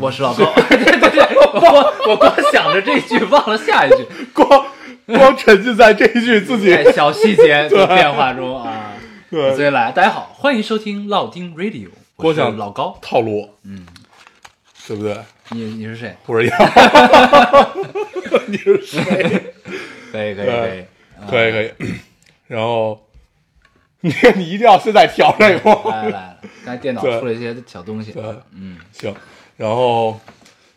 我是老高， 对对对，我我光想着这句，忘了下一句。 光光沉浸在这一句自己在小细节的变化中啊，对所以来，大家好，欢迎收听老丁 Radio。我郭是晓老高，套路，嗯，对不对？你你是谁？不是一样， 你是谁？可以可以可以对，可以可以。然后你你一定要现在调这 来来个，来，刚才电脑对出了一些小东西，对，哎嗯行。然后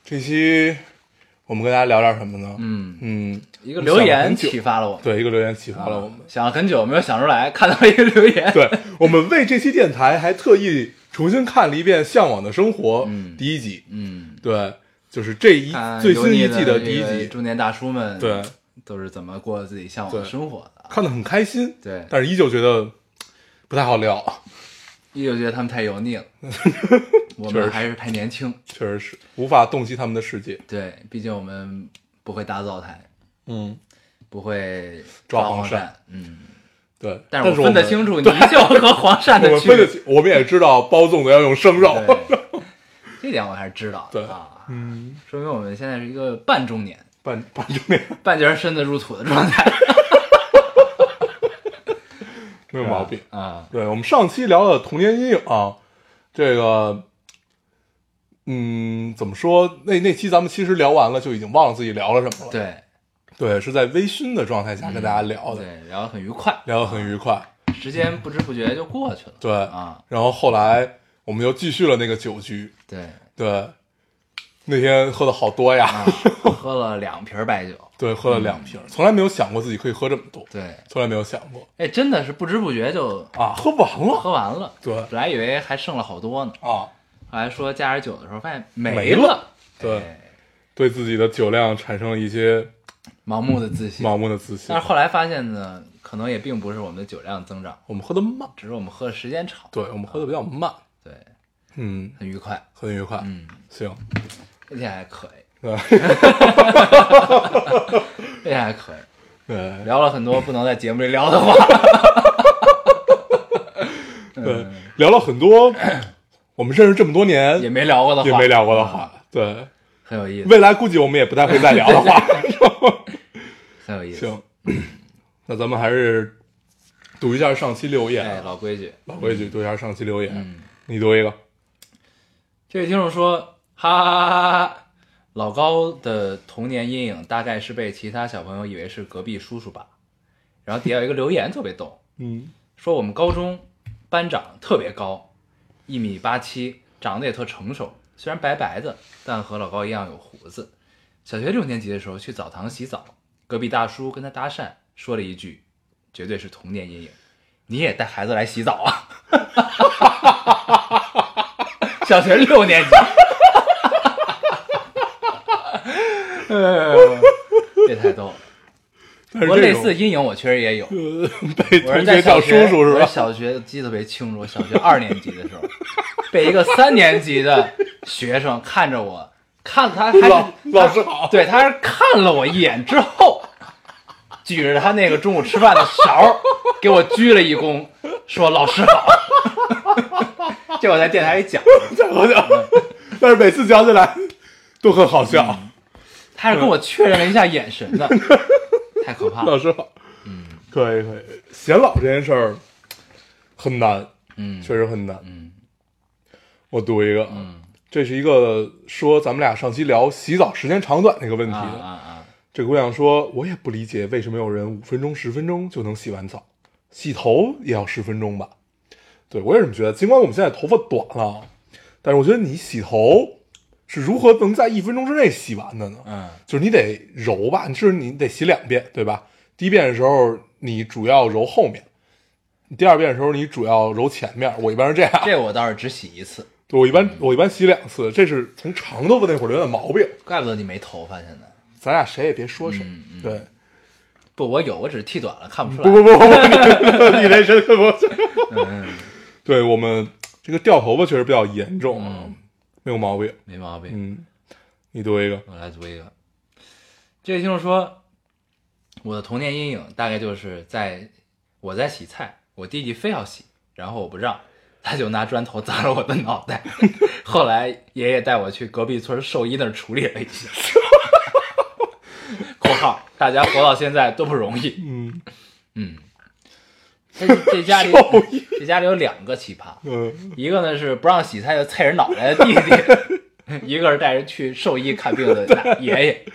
这期我们跟大家聊点什么呢？嗯，嗯，一个我留想了言很久启发了我们，啊对，一个留言启发了我们。想了很久没有想出来，看到一个留言，对我们为这期电台还特意重新看了一遍《向往的生活》嗯第一集，嗯，对，就是这一看最油新腻一季的第一这个集，中年大叔们对，都是怎么过自己向往的对生活的。看得很开心，对但是依旧觉得不太好聊，依旧觉得他们太油 腻了，我确们实还是太年轻。确实是无法洞悉他们的世界。对，毕竟我们不会搭灶台，嗯，不会抓黄黄鳝鳝。嗯，对，但是我分得清楚，楚泥鳅和黄鳝 我的们区分得别。清，我们也知道包粽子要用生肉，对，这点我还是知道对的啊，嗯，说明我们现在是一个半中年、 半半中年半截身子入土的状 态。没有毛病。啊，对我们上期聊的童年阴影啊，这个，嗯，怎么说？那那期咱们其实聊完了，就已经忘了自己聊了什么了。对，嗯对，是在微醺的状态下跟大家聊的，对，聊得很愉快，聊得很愉快。时间不知不觉就过去了。对啊，然后后来我们又继续了那个酒局，对，对，那天喝的好多呀，啊，喝了两瓶白酒。对，喝了两瓶，从来没有想过自己可以喝这么多，对，从来没有想过哎，真的是不知不觉就啊，喝完了喝完了。哦对本来以为还剩了好多呢，啊，后来说加点酒的时候发现没了。了对，哎对自己的酒量产生了一些盲目的自信。盲目的自信但是。后来发现呢，可能也并不是我们的酒量增长，我们喝的慢，只是我们喝的时间长。对我们喝的比较慢，对，嗯，很愉快。很愉快，嗯，行，那天还可以，对那天还可以，对聊了很多不能在节目里聊的话。 对，聊了很多， 我们认识这么多年也没聊过的话，也没聊过的啊，话，对，很有意思，未来估计我们也不太会再聊的 话，很有意思。行，那咱们还是读一下上期留言哎，啊，老规矩，老规矩，读一下上期留言，嗯你读一个，这位听众说：“哈哈哈哈哈！老高的童年阴影大概是被其他小朋友以为是隔壁叔叔吧。”然后底下有一个留言特别逗，嗯，说我们高中班长特别高，一米八七，长得也特成熟，虽然白白的，但和老高一样有胡子。小学六年级的时候去澡堂洗澡，隔壁大叔跟他搭讪，说了一句，绝对是童年阴影：“你也带孩子来洗澡啊！” 小学六年级， 哎呦，这太逗了。但是我这类种似的阴影，我确实也有。呃被我是 同在学小叫学，叔叔是我 吧？小学记得特别清楚，我小学二年级的时候，被一个三年级的学生看着我，看他还老是老师好，对，他是看了我一眼之后，举着他那个中午吃饭的勺儿给我鞠了一躬，说老师好。 这我在电台里讲，太好笑了，但是每次讲起来都很好笑，他是跟我确认了一下眼神的，太可怕老了。师好，嗯，可以可以，显老这件事儿很难，嗯确实很难，嗯，我读一个，嗯，这是一个说咱们俩上期聊洗澡时间长短那个问题啊的，啊啊！这姑娘说：“我也不理解为什么有人五分钟、十分钟就能洗完澡，洗头也要十分钟吧？”对我也是这么觉得。尽管我们现在头发短了，啊但是我觉得你洗头是如何能在一分钟之内洗完的呢？嗯，就是你得揉吧，你至少你得洗两遍，对吧？第一遍的时候你主要揉后面，第二遍的时候你主要揉前面。我一般是这样，这我倒是只洗一次，对我一般我一般洗两次，这是从长头发那会儿留的毛病。怪不得你没头发现在。咱俩谁也别说谁。对，不，我有，我只是剃短了，看不出不来。不不不，你你这是刻薄。对我们这个掉头发确实比较严重啊，没有毛病。没毛病。嗯，你读一个，我来读一个。这位听众说，我的童年阴影大概就是在我在洗菜，我弟弟非要洗，然后我不让，他就拿砖头砸了我的脑袋。 后来爷爷带我去隔壁村兽医那儿处理了一下。 （括号大家活到现在都不容易。嗯）嗯，这这家里 兽这家里有两个奇葩，嗯，一个呢是不让洗菜就菜人脑袋的弟弟，一个是带人去兽医看病的大爷爷，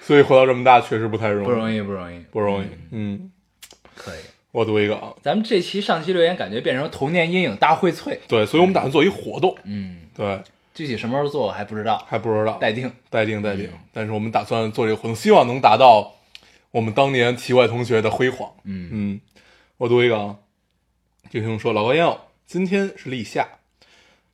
所以活到这么大确实不太容 易，不容易，易，不容易，不容易。嗯，可以。我读一个啊，咱们这期上期留言感觉变成童年阴影大荟萃，对，所以我们打算做一活动，嗯，对， 具体什么时候做我还不知道，还不知道，待定。待定待定，但是我们打算做这个活动，希望能达到我们当年奇怪同学的辉煌。嗯嗯，我读一个啊，这听众说老高烟友，今天是立夏，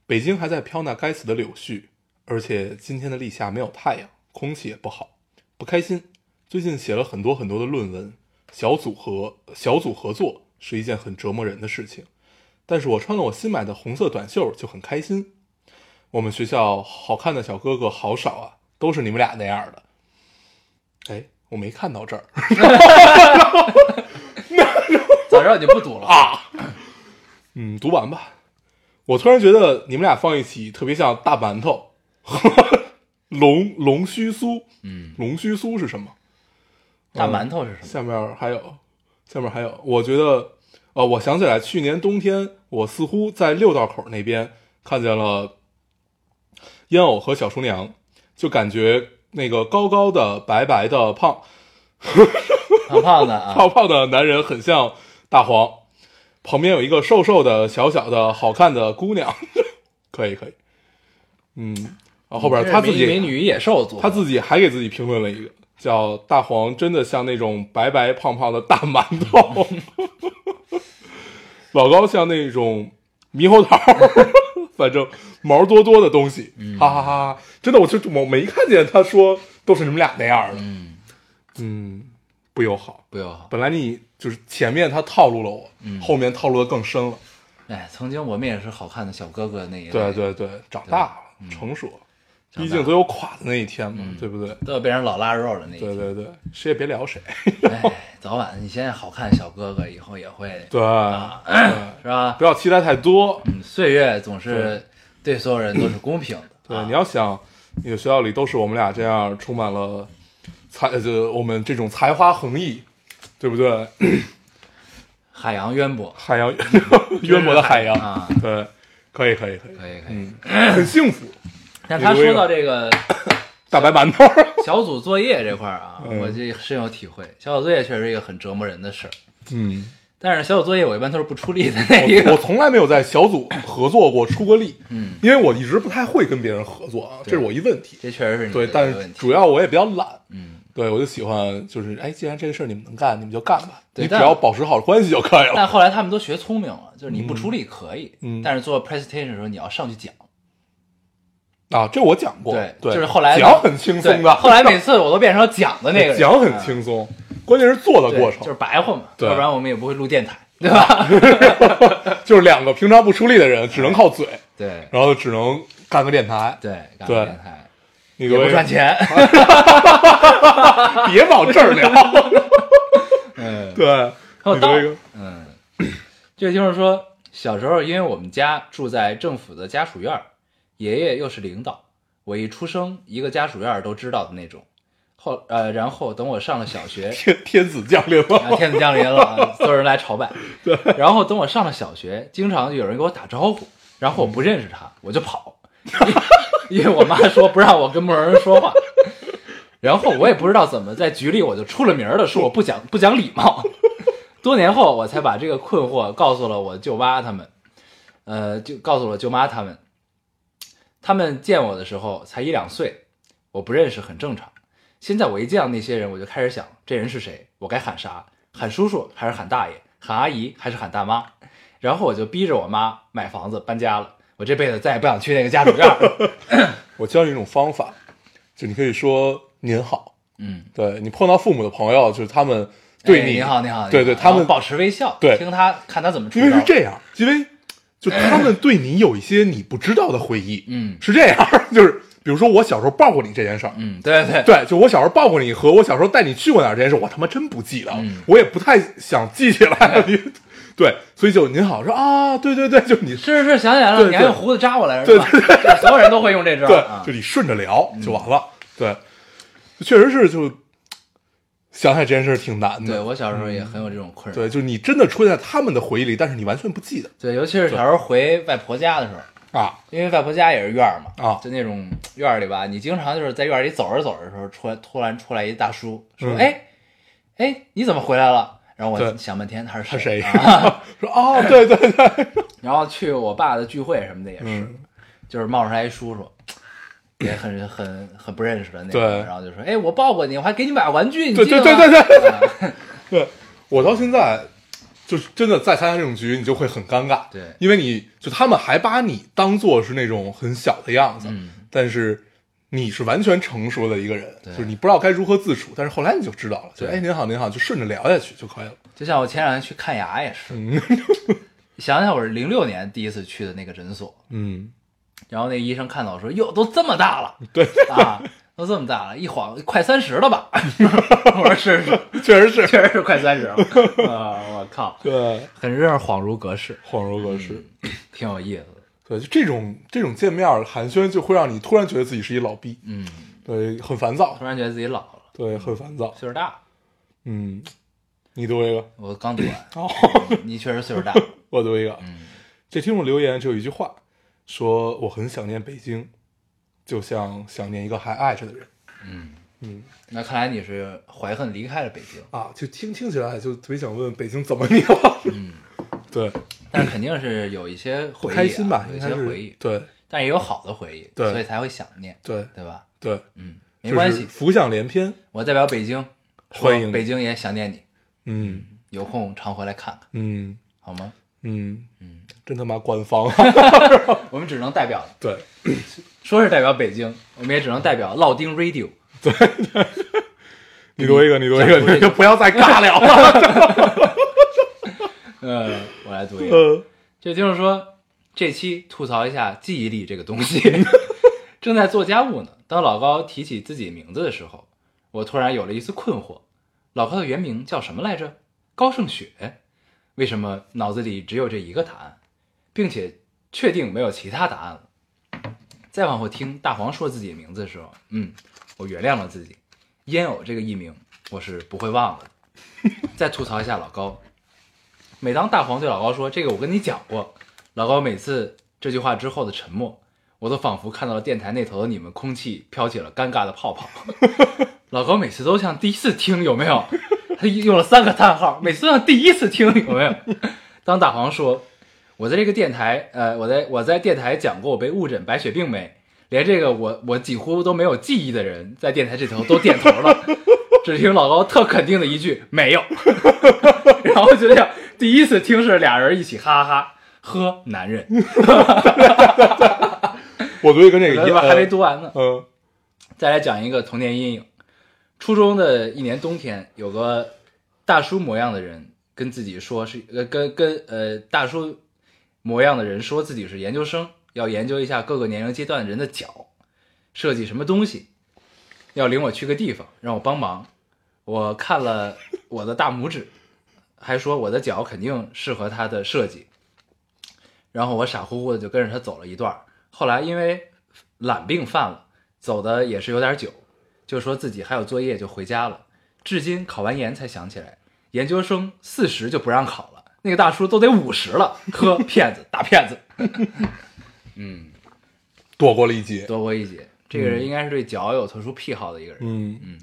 北京还在飘那该死的柳絮，而且今天的立夏没有太阳，空气也不好，不开心。最近写了很多很多的论文，小组合 小组合作是一件很折磨人的事情，但是我穿了我新买的红色短袖就很开心。我们学校好看的小哥哥好少啊，都是你们俩那样的。哎，我没看到这儿早知道你就不读了。啊。嗯，读完吧。我突然觉得你们俩放一起特别像大馒头， 龙龙须酥。嗯，龙须酥是什么？大馒头是什么？下面还有，下面还有，我觉得，呃，我想起来，去年冬天，我似乎在六道口那边看见了烟偶和小厨娘，就感觉那个高高的、白白的、胖胖胖的啊， 胖胖的男人很像大黄，旁边有一个瘦瘦的、小小的、好看的姑娘， 可以可以，嗯，然后后边这是他自己美美女与野兽组，他自己还给自己评论了一个，叫“大黄真的像那种白白胖胖的大馒 头，老高像那种猕猴桃， 反正毛多多的东西，嗯哈哈哈哈！真的，我就我没看见他说都是你们俩那样的，嗯嗯，不友好。不友好。本来你就是前面他套路了我，后面套路的更深了。哎，曾经我们也是好看的小哥哥那一类，对，对对，长大了，成熟了，嗯长毕大竟都有垮的那一天嘛，对不对？都要变成老腊肉了那一对天。对对，谁也别聊 谁。哎，早晚你现在好看的小哥哥，以后也会对，啊是吧？不要期待太多。嗯，岁月总是对所有人都是公平的。对，啊你要想，你的学校里都是我们俩这样充满了才，呃就我们这种才华横溢，对不对？ 海洋渊博，海 洋渊博的海洋，啊对，可以可以可以，可以 可以。嗯，很幸福，但他说到这个大白馒头。小组作业这块儿啊，嗯我这深有体会。小组作业确实是一个很折磨人的事儿， 嗯，但是小组作业我一般都是不出力的那一我我个。从来没有在小组合作过出过力，嗯，因为我一直不太会跟别人合作啊，这对嗯是我一问 题。这确实是你对，的但一个是问题。主要我也比较懒，嗯，对我就喜欢就是，哎，既然这个事儿你们能干，你们就干吧，对你只但要保持好关系就可以了。但后来他们都学聪明了，就是你不出力可以，嗯但是做 presentation 的时候你要上去讲。啊，这我讲过，对对，，就是后来讲很轻松对的，后来 每次我都变成讲的那个人，啊讲很轻松，关键是做的对过程，就是白话嘛，对要不然我们也不会录电台，对吧？ 就是两个平常不出力的人，只能靠嘴，对然后只能干个电台，对，干对电台你也各不位赚，钱，别往这 儿聊，嗯，对，很有你道读理一个，，嗯，这位听众说，小时候因为我们家住在政府的家属院儿，爷爷又是领导，我一出生一个家属院儿都知道的那种。后呃，然后等我上了小学天天子降临 啊，了，天子降临了， 啊所有人来朝拜。对。然后等我上了小学，经常有人给我打招呼，然后我不认识他，我就跑， 因为因为我妈说不让我跟陌生人说话。然后我也不知道怎么在局里我就出了名儿的，说我不讲不讲礼貌。 多年后我才把这个困惑告诉了我舅妈他们，呃，就告诉了舅妈他们。他们见我的时候才一两岁，我不认识很正常。现在我一见到那些人，我就开始想，这人是谁？我该喊啥？喊叔叔还是喊大爷？喊阿姨还是喊大妈？然后我就逼着我妈买房子搬家了。我这辈子再也不 想去那个家属院儿了。我教你一种方法，就你可以说您好，嗯，对你碰到父母的朋友，就是他们哎对你好，你好，对你对，好他然后们保持微笑，对听他看他怎么出因为招是这样，因为就他们对你有一些你不知道的回忆，嗯是这样， 就是比如说我小时候抱过你这件事儿，嗯，对对，对，就我小时候抱过你和我小时候带你去过哪儿这件事，我他妈真不记得了，嗯我也不太想记起来了。因为 对，所以就您好说啊，对对对，就你是是，想起来了，对你还用对胡子扎我来着，对是吧？就是所有人都会用这招对啊，就。你顺着聊就完了。对，确实是就想起来这件事儿挺难对的。我小时候也很有这种困扰，对，就是你真的出现在他们的回忆里，但是你完全不记得对，尤其是小时候回外婆家的时候，啊。因为外婆家也是院儿嘛，啊就那种院儿里吧，你经常就是在院儿里走着走着的时候，突然突然出来一大叔说：“嗯哎，哎，你怎么回来了？”然后我对想半天他他是谁？啊说哦，对对对，然后去我爸的聚会什么的也是，嗯就是冒出来一叔叔，也很很很不认识的那种，对然后就说：“哎，我抱过你，我还给你买玩具，你对记得对吗？”对对对对啊对，我到现在就是真的再参加这种局，你就会很尴尬。 对因为你就他们还把你当做是那种很小的样子，嗯但是你是完全成熟的一个人，对就是你不知道该如何自处，但是后来你就知道了，就对哎您好您好，就顺着聊下去就可以了。就像我前两天去看牙也是，嗯 想想我是零六年第一次去的那个诊所，嗯，然后那医生看到我说：“哟，都这么大了，对，啊，都这么大了，一晃快三十了吧？” 我说：“是是，确实是，确实是快三十了。”啊，我靠， 对，很让人恍如隔世，恍如隔世。挺有意思的。对，就这种这种见面儿寒暄，就会让你突然觉得自己是一老逼，嗯，对，很烦躁突，然觉得自己老了，对，很烦躁。岁数大了。嗯，你读一个，我刚读 完，哦，你确实岁数大。嗯我读一个。这听众留言只有一句话，说我很想念北京，就像想念一个还爱着的人嗯嗯那看来你是怀恨离开了北京，啊。就听听起来就特别想问北京怎么你了？嗯，对，但是肯定是有一些不回忆、啊，开心吧？有应一该些是回忆，对但也有好的回忆，对所以才会想念，对对吧？对，嗯，没就是关系，浮想联翩。我代表北京，说欢迎你北京也想念你，嗯有空常回来看看，嗯好吗？嗯嗯，真他妈官方。啊 我们只能代表，对，说是代表北京，我们也只能代表烙丁 Radio。你读一个，你读一个，讲出这个你就不要再尬聊了。 呃，我来读一个，呃，这听众说，这期吐槽一下记忆力这个东西。 正在做家务呢，当老高提起自己名字的时候，我突然有了一丝困惑：老高的原名叫什么来着？高胜雪？为什么脑子里只有这一个答案，并且确定没有其他答案了？再往后听大黄说自己的名字的时候，嗯，我原谅了自己，烟偶这个艺名我是不会忘了的。再吐槽一下老高，每当大黄对老高说“这个我跟你讲过”，老高每次这句话之后的沉默，我都仿佛看到了电台那头的你们空气飘起了尴尬的泡 泡。老高每次都像第一次听，有没有？ 他用了三个叹号，每次都像第一次听，有没有？ 当大黄说：“我在这个电台，呃，我在我在电台讲过我被误诊白血病没？连这个我我几乎都没有记忆的人，在电台这头都点头了。 只听老高特肯定的一句‘没有’， 然后就这样，第一次听是俩人一起哈哈哈，呵，男人，我读一个那个对一吧？还没读完呢。嗯再来讲一个童年阴影。初中的一年冬天，有个大叔模样的人跟自己说是呃跟跟呃大叔模样的人说自己是研究生，要研究一下各个年龄阶段人的脚，设计什么东西，要领我去个地方，让我帮忙。我看了我的大拇指，还说我的脚肯定适合他的设计。然后我傻乎乎的就跟着他走了一段儿。后来因为懒病犯了，走的也是有点久，就说自己还有作业就回家了。至今考完研才想起来，研究生四十就不让考了，那个大叔都得五十了。呵，骗子，大骗子，躲过了一劫。多过一劫。这个人应该是对脚有特殊癖好的一个人。嗯嗯，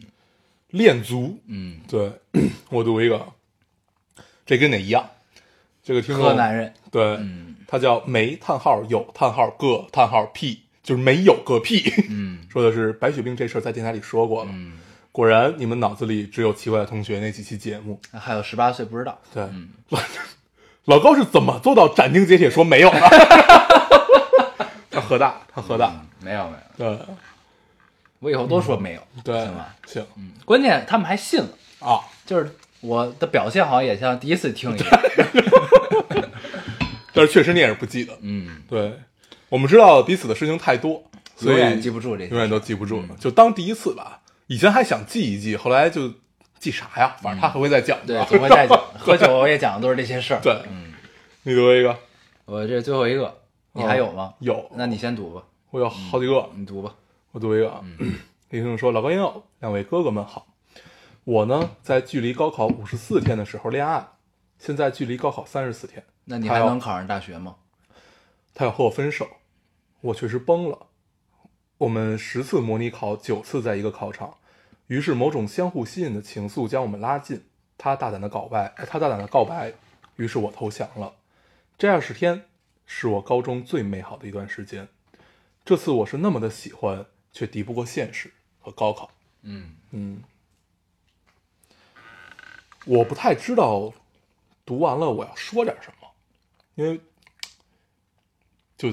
练足。嗯，对， 我读一个，这跟哪一样？这个听呵，众男人，嗯对，他叫没叹号有叹号个叹号屁，就是没有个屁。嗯 说的是白血病这事儿在电台里说过了，嗯，果然你们脑子里只有奇怪的同学那几期节目。还有十八岁不知道，对， 老老高是怎么做到斩钉截铁说没有啊 的？他河大，他河大，嗯没有没有。对，我以后都说没有，对行吧？，行嗯，关键他们还信了，啊，就是我的表现好像也像第一次听一样，但是确实你也是不记得，嗯，对，我们知道彼此的事情太多，所永以远记不住嗯这些，永远都记不住，就当第一次吧。以前还想记一记，后来就记啥呀？反正他还会再讲的。嗯对，总会再讲。喝酒我也讲的都是这些事儿。 对 嗯，你读一个，我这最后一个，你还有吗？有，那你嗯先读吧，我有好几个，你读吧。我读一个啊。嗯 李先生说：“老高英友，两位哥哥们好，我呢在距离高考五十四天的时候恋爱，现在距离高考三十四天，那你还能考上大学吗？他要和我分手，我确实崩了。我们十次模拟考，九次在一个考场，于是某种相互吸引的情愫将我们拉近。他大胆的告白，呃他大胆的告白，于是我投降了。这二十天是我高中最美好的一段时间。这次我是那么的喜欢，却敌不过现实和高考。嗯嗯，我不太知道读完了我要说点什么，因为就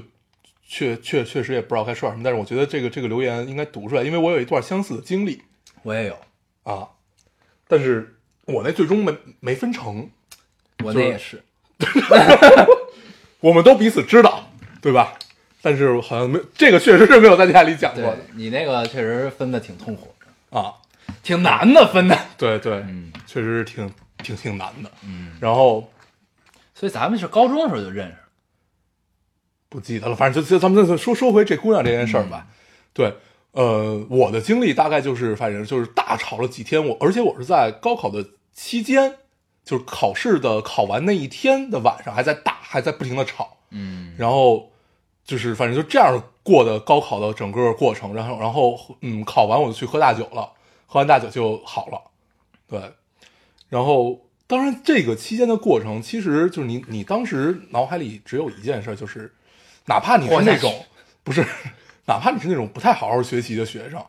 确确确实也不知道该说点什么，但是我觉得这个这个留言应该读出来，因为我有一段相似的经历我也有，啊，但是我那最终没没分成，我就那是也是。我们都彼此知道，对吧？但是好像没有这个确实是没有在家里讲过对你那个确实分的挺痛苦的，的啊，挺难的分的。对对，嗯确实是挺挺挺难的，嗯，然后。所以咱们是高中的时候就认识了。不记得了，反正就就咱们再说说回这姑娘这件事儿吧。对，呃，我的经历大概就是，反正就是大吵了几天，我而且我是在高考的期间，就是考试的考完那一天的晚上还在打，还在不停的吵，嗯然后就是反正就这样过的高考的整个过程，然后然后嗯，考完我就去喝大酒了，喝完大酒就好了，对，然后当然这个期间的过程，其实就是你你当时脑海里只有一件事儿，就是哪怕你是活下那去种不是，哪怕你是那种不太好好学习的学生。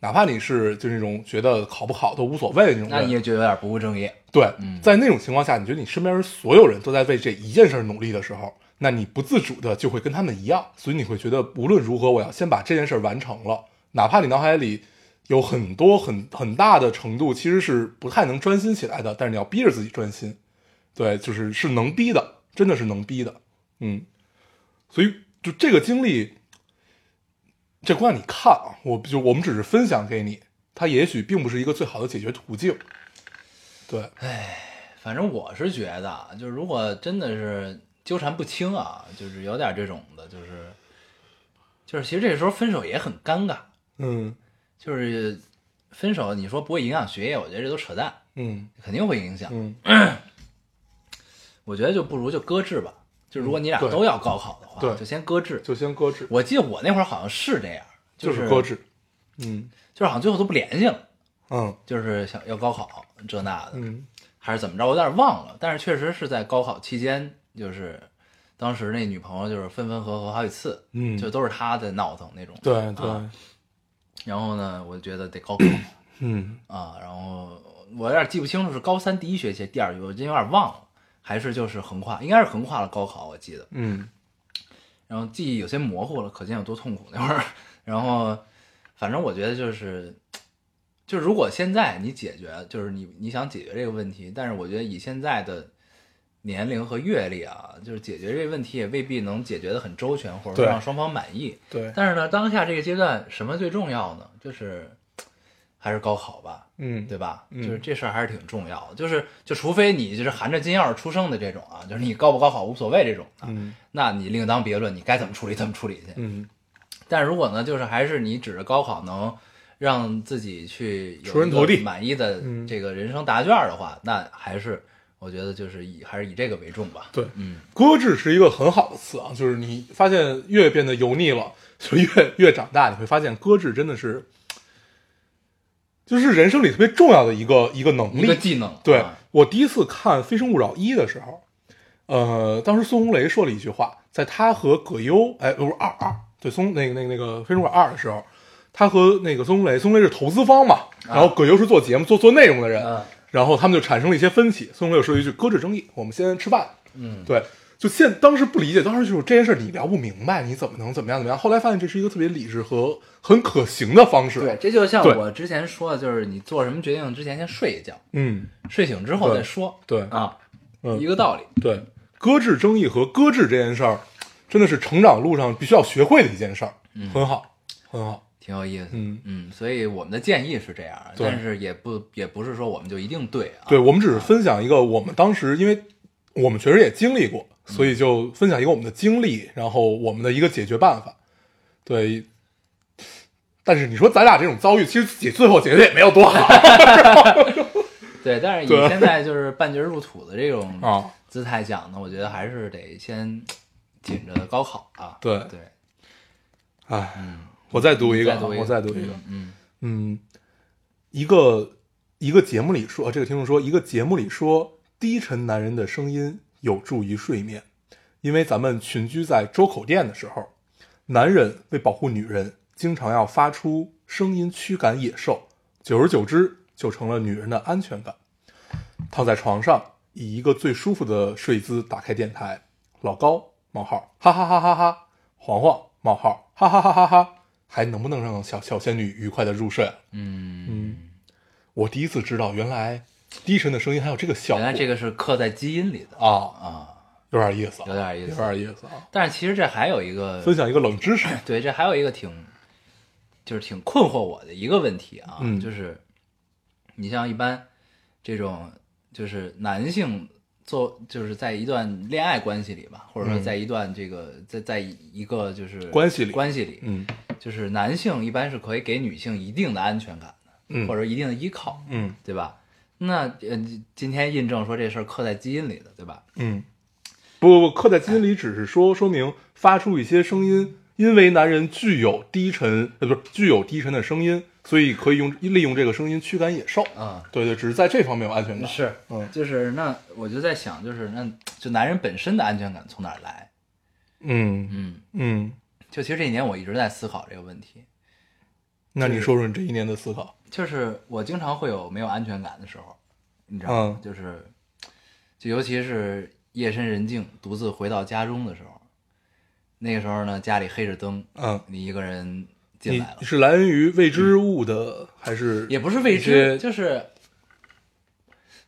哪怕你是就那种觉得考不考都无所谓的那种人，那你也觉得有点不务正业。对，在那种情况下，你觉得你身边人所有人都在为这一件事儿努力的时候，那你不自主的就会跟他们一样，所以你会觉得无论如何，我要先把这件事儿完成了，哪怕你脑海里有很多很很大的程度其实是不太能专心起来的，但是你要逼着自己专心，对，就是是能逼的，真的是能逼的，嗯，所以就这个经历，这姑娘你看啊，我就我们只是分享给你，它也许并不是一个最好的解决途径，对。反正我是觉得啊，就是如果真的是纠缠不清啊，就是有点这种的，就是就是其实这时候分手也很尴尬，嗯就是分手你说不会影响学业，我觉得这都扯淡，嗯肯定会影响。嗯，我觉得就不如就搁置吧，就如果你俩嗯对都要高考的话，对就先搁置。就先搁置，我记得我那会儿好像是这样，就是搁，置。嗯就是好像最后都不联系了，嗯就是想要高考这那的，嗯还是怎么着，我有点忘了。但是确实是在高考期间，就是当时那女朋友就是分分合合好几次，嗯，就都是她在闹腾那种。对对，啊然后呢，我觉得得高考嗯啊，然后我有点记不清楚是高三第一学期还是第二学期，我真有点忘了，还是就是横跨，应该是横跨了高考，我记得。嗯然后记忆有些模糊了，可见有多痛苦那会儿。然后，反正我觉得就是，就如果现在你解决，就是你你想解决这个问题，但是我觉得以现在的年龄和阅历啊，就是解决这个问题也未必能解决的很周全，或者说对让双方满意。对，但是呢，当下这个阶段什么最重要呢？就是还是高考吧，嗯对吧？嗯就是这事儿还是挺重要的。就是就除非你就是含着金钥匙出生的这种啊，就是你高不高考无所谓这种啊的，嗯那你另当别论，你该怎么处理怎么处理去。 嗯但如果呢，就是还是你指着高考能让自己去有出人一个头地满意的嗯这个人生答卷的话，那还是我觉得就是以还是以这个为重吧。对，嗯，搁置是一个很好的词啊，就是你发现越变得油腻了，就越越长大，你会发现搁置真的是，就是人生里特别重要的一个一个能一个力。技能。对啊我第一次看《非诚勿扰一》的时候，呃，当时孙红雷说了一句话，在他和葛优，哎，不是二二，对，孙那个那个那个《非诚勿扰二》的时候，他和那个孙红雷，孙红雷是投资方嘛，啊然后葛优是做节目、做做内容的人，嗯然后他们就产生了一些分歧。孙红雷又说了一句：“搁置争议，我们先吃饭。”嗯，对，就现当时不理解，当时就是这件事你聊不明白，你怎么能怎么样怎么样？后来发现这是一个特别理智和很可行的方式。对，，这就像对我之前说的，就是你做什么决定之前先睡一觉，嗯，睡醒之后对再说对，啊，嗯一个道理。对，搁置争议和搁置这件事儿，真的是成长路上必须要学会的一件事儿，很好，很好。挺有意思的，嗯所以我们的建议是这样，对但是也不也不是说我们就一定对啊，对，我们只是分享一个我们当时，因为我们确实也经历过，所以就分享一个我们的经历，然后我们的一个解决办法。对，但是你说咱俩这种遭遇，其实解最后解决的也没有多好对，但是对以现在就是半截入土的这 种 啊。姿态讲呢，我觉得还是得先紧着高考啊，对对，哎，我再读一个嗯再啊，读一个我再读一个，嗯嗯，一个一个节目里说，这个听众说，一个节目里说，低沉男人的声音有助于睡眠，因为咱们群居在周口店的时候，男人为保护女人，经常要发出声音驱赶野兽，久而久之就成了女人的安全感。躺在床上，以一个最舒服的睡姿打开电台，老高冒号哈哈哈哈哈，黄黄冒号哈哈哈哈哈，还能不能让小小仙女愉快的入睡？嗯嗯，我第一次知道，原来低沉的声音还有这个效原来果。这个是刻在基因里的啊，啊，有点意思啊，有点意有思点意思啊！但是其实这还有一个分享一个冷知识，对，这还有一个挺，就是挺困惑我的一个问题啊，嗯就是你像一般这种，就是男性做，就是在一段恋爱关系里吧，或者说嗯在一段这个、在在一个就是关系里关系里，嗯就是男性一般是可以给女性一定的安全感的，嗯，或者一定的依靠，嗯对吧？那呃，今天印证说这事儿刻在基因里的，对吧？嗯，不不不，刻在基因里只是说说明发出一些声音，因为男人具有低沉，呃，不是具有低沉的声音，所以可以用利用这个声音驱赶野兽。啊、对对，只是在这方面有安全感。是，嗯就是那我就在想，就是那就男人本身的安全感从哪儿来？嗯嗯，嗯，就其实这一年我一直在思考这个问题，那你说说你这一年的思考？就是我经常会有没有安全感的时候，你知道吗？嗯就是，就尤其是夜深人静独自回到家中的时候，那个时候呢，家里黑着灯，嗯，你一个人进你来了，是来源于未知物的，还是也不是未一些知，就是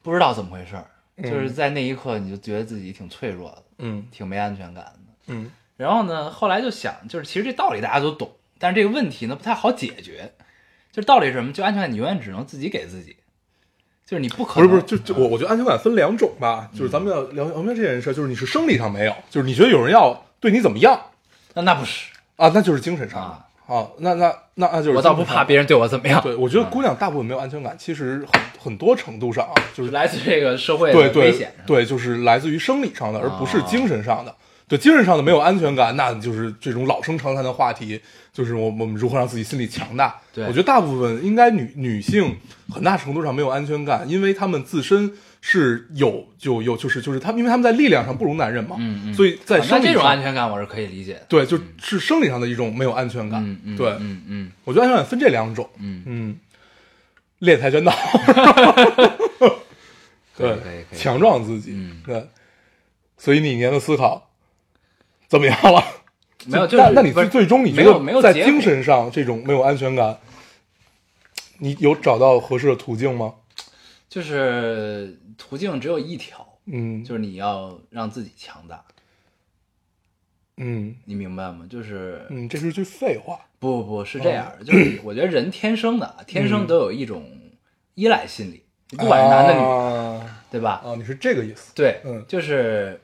不知道怎么回事儿，就是在那一刻你就觉得自己挺脆弱的，嗯挺没安全感的。嗯然后呢，后来就想，就是其实这道理大家都懂，但是这个问题呢不太好解决。就是道理是什么？就安全感你永远只能自己给自己，就是你不可不是能不是，就就我我觉得安全感分两种吧，就是咱们要聊聊明白这件事，就是你是生理上没有，就是你觉得有人要对你怎么样那那不是，啊，那就是精神上啊的啊，那那那那就是我倒不怕人。别人对我怎么样，对，我觉得姑娘大部分没有安全感，其实很很多程度上啊，就是来自这个社会对的危对险，哦对，就是来自于生理上的，而不是精神上的。对精神上的没有安全感，那就是这种老生常谈的话题，就是我我们如何让自己心理强大。对我觉得大部分应该女女性很大程度上没有安全感，因为她们自身是有有有就是就是她们，因为她们在力量上不如男人嘛，嗯嗯所以在啊那生这理种安上全感我是可以理解的。对就是生理上的一种没有安全感。嗯嗯，对，嗯嗯我觉得安全感分这两种。嗯，嗯，练跆拳道， 可对以可以可，以强壮自己，嗯对。所以你一年的思考怎么样了？没 有，就是那那你不最是最终你觉没有没得有在结精果神上这种没有安全感，你有找到合适的途径吗？就是途径只有一条，嗯，就是你要让自己强大，嗯你明白吗？就是嗯，哦这是句废话。不不不是这样，就是 我觉得人天生的嗯啊，天生都有一种依赖心理，不管是男的女的，的，对吧？啊啊，你是这个意思？对，哦嗯就是，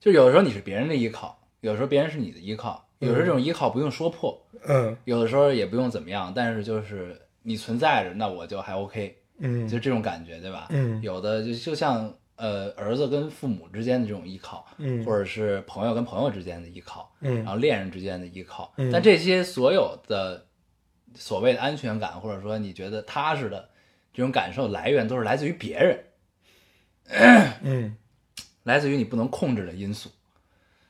就有时候你是别人的依靠，有时候别人是你的依靠，有时候这种依靠不用说破，嗯有的时候也不用怎么样，但是就是你存在着，那我就还 OK，嗯，就这种感觉，对吧？嗯有的就就像呃儿子跟父母之间的这种依靠，嗯或者啊是朋友跟朋友之间的依靠，嗯然后恋人之间的依靠，嗯但这些所有的所谓的安全感，或者说你觉得踏实的这种感受来源，都是来自于别人，嗯 来自于你不能控制的因素。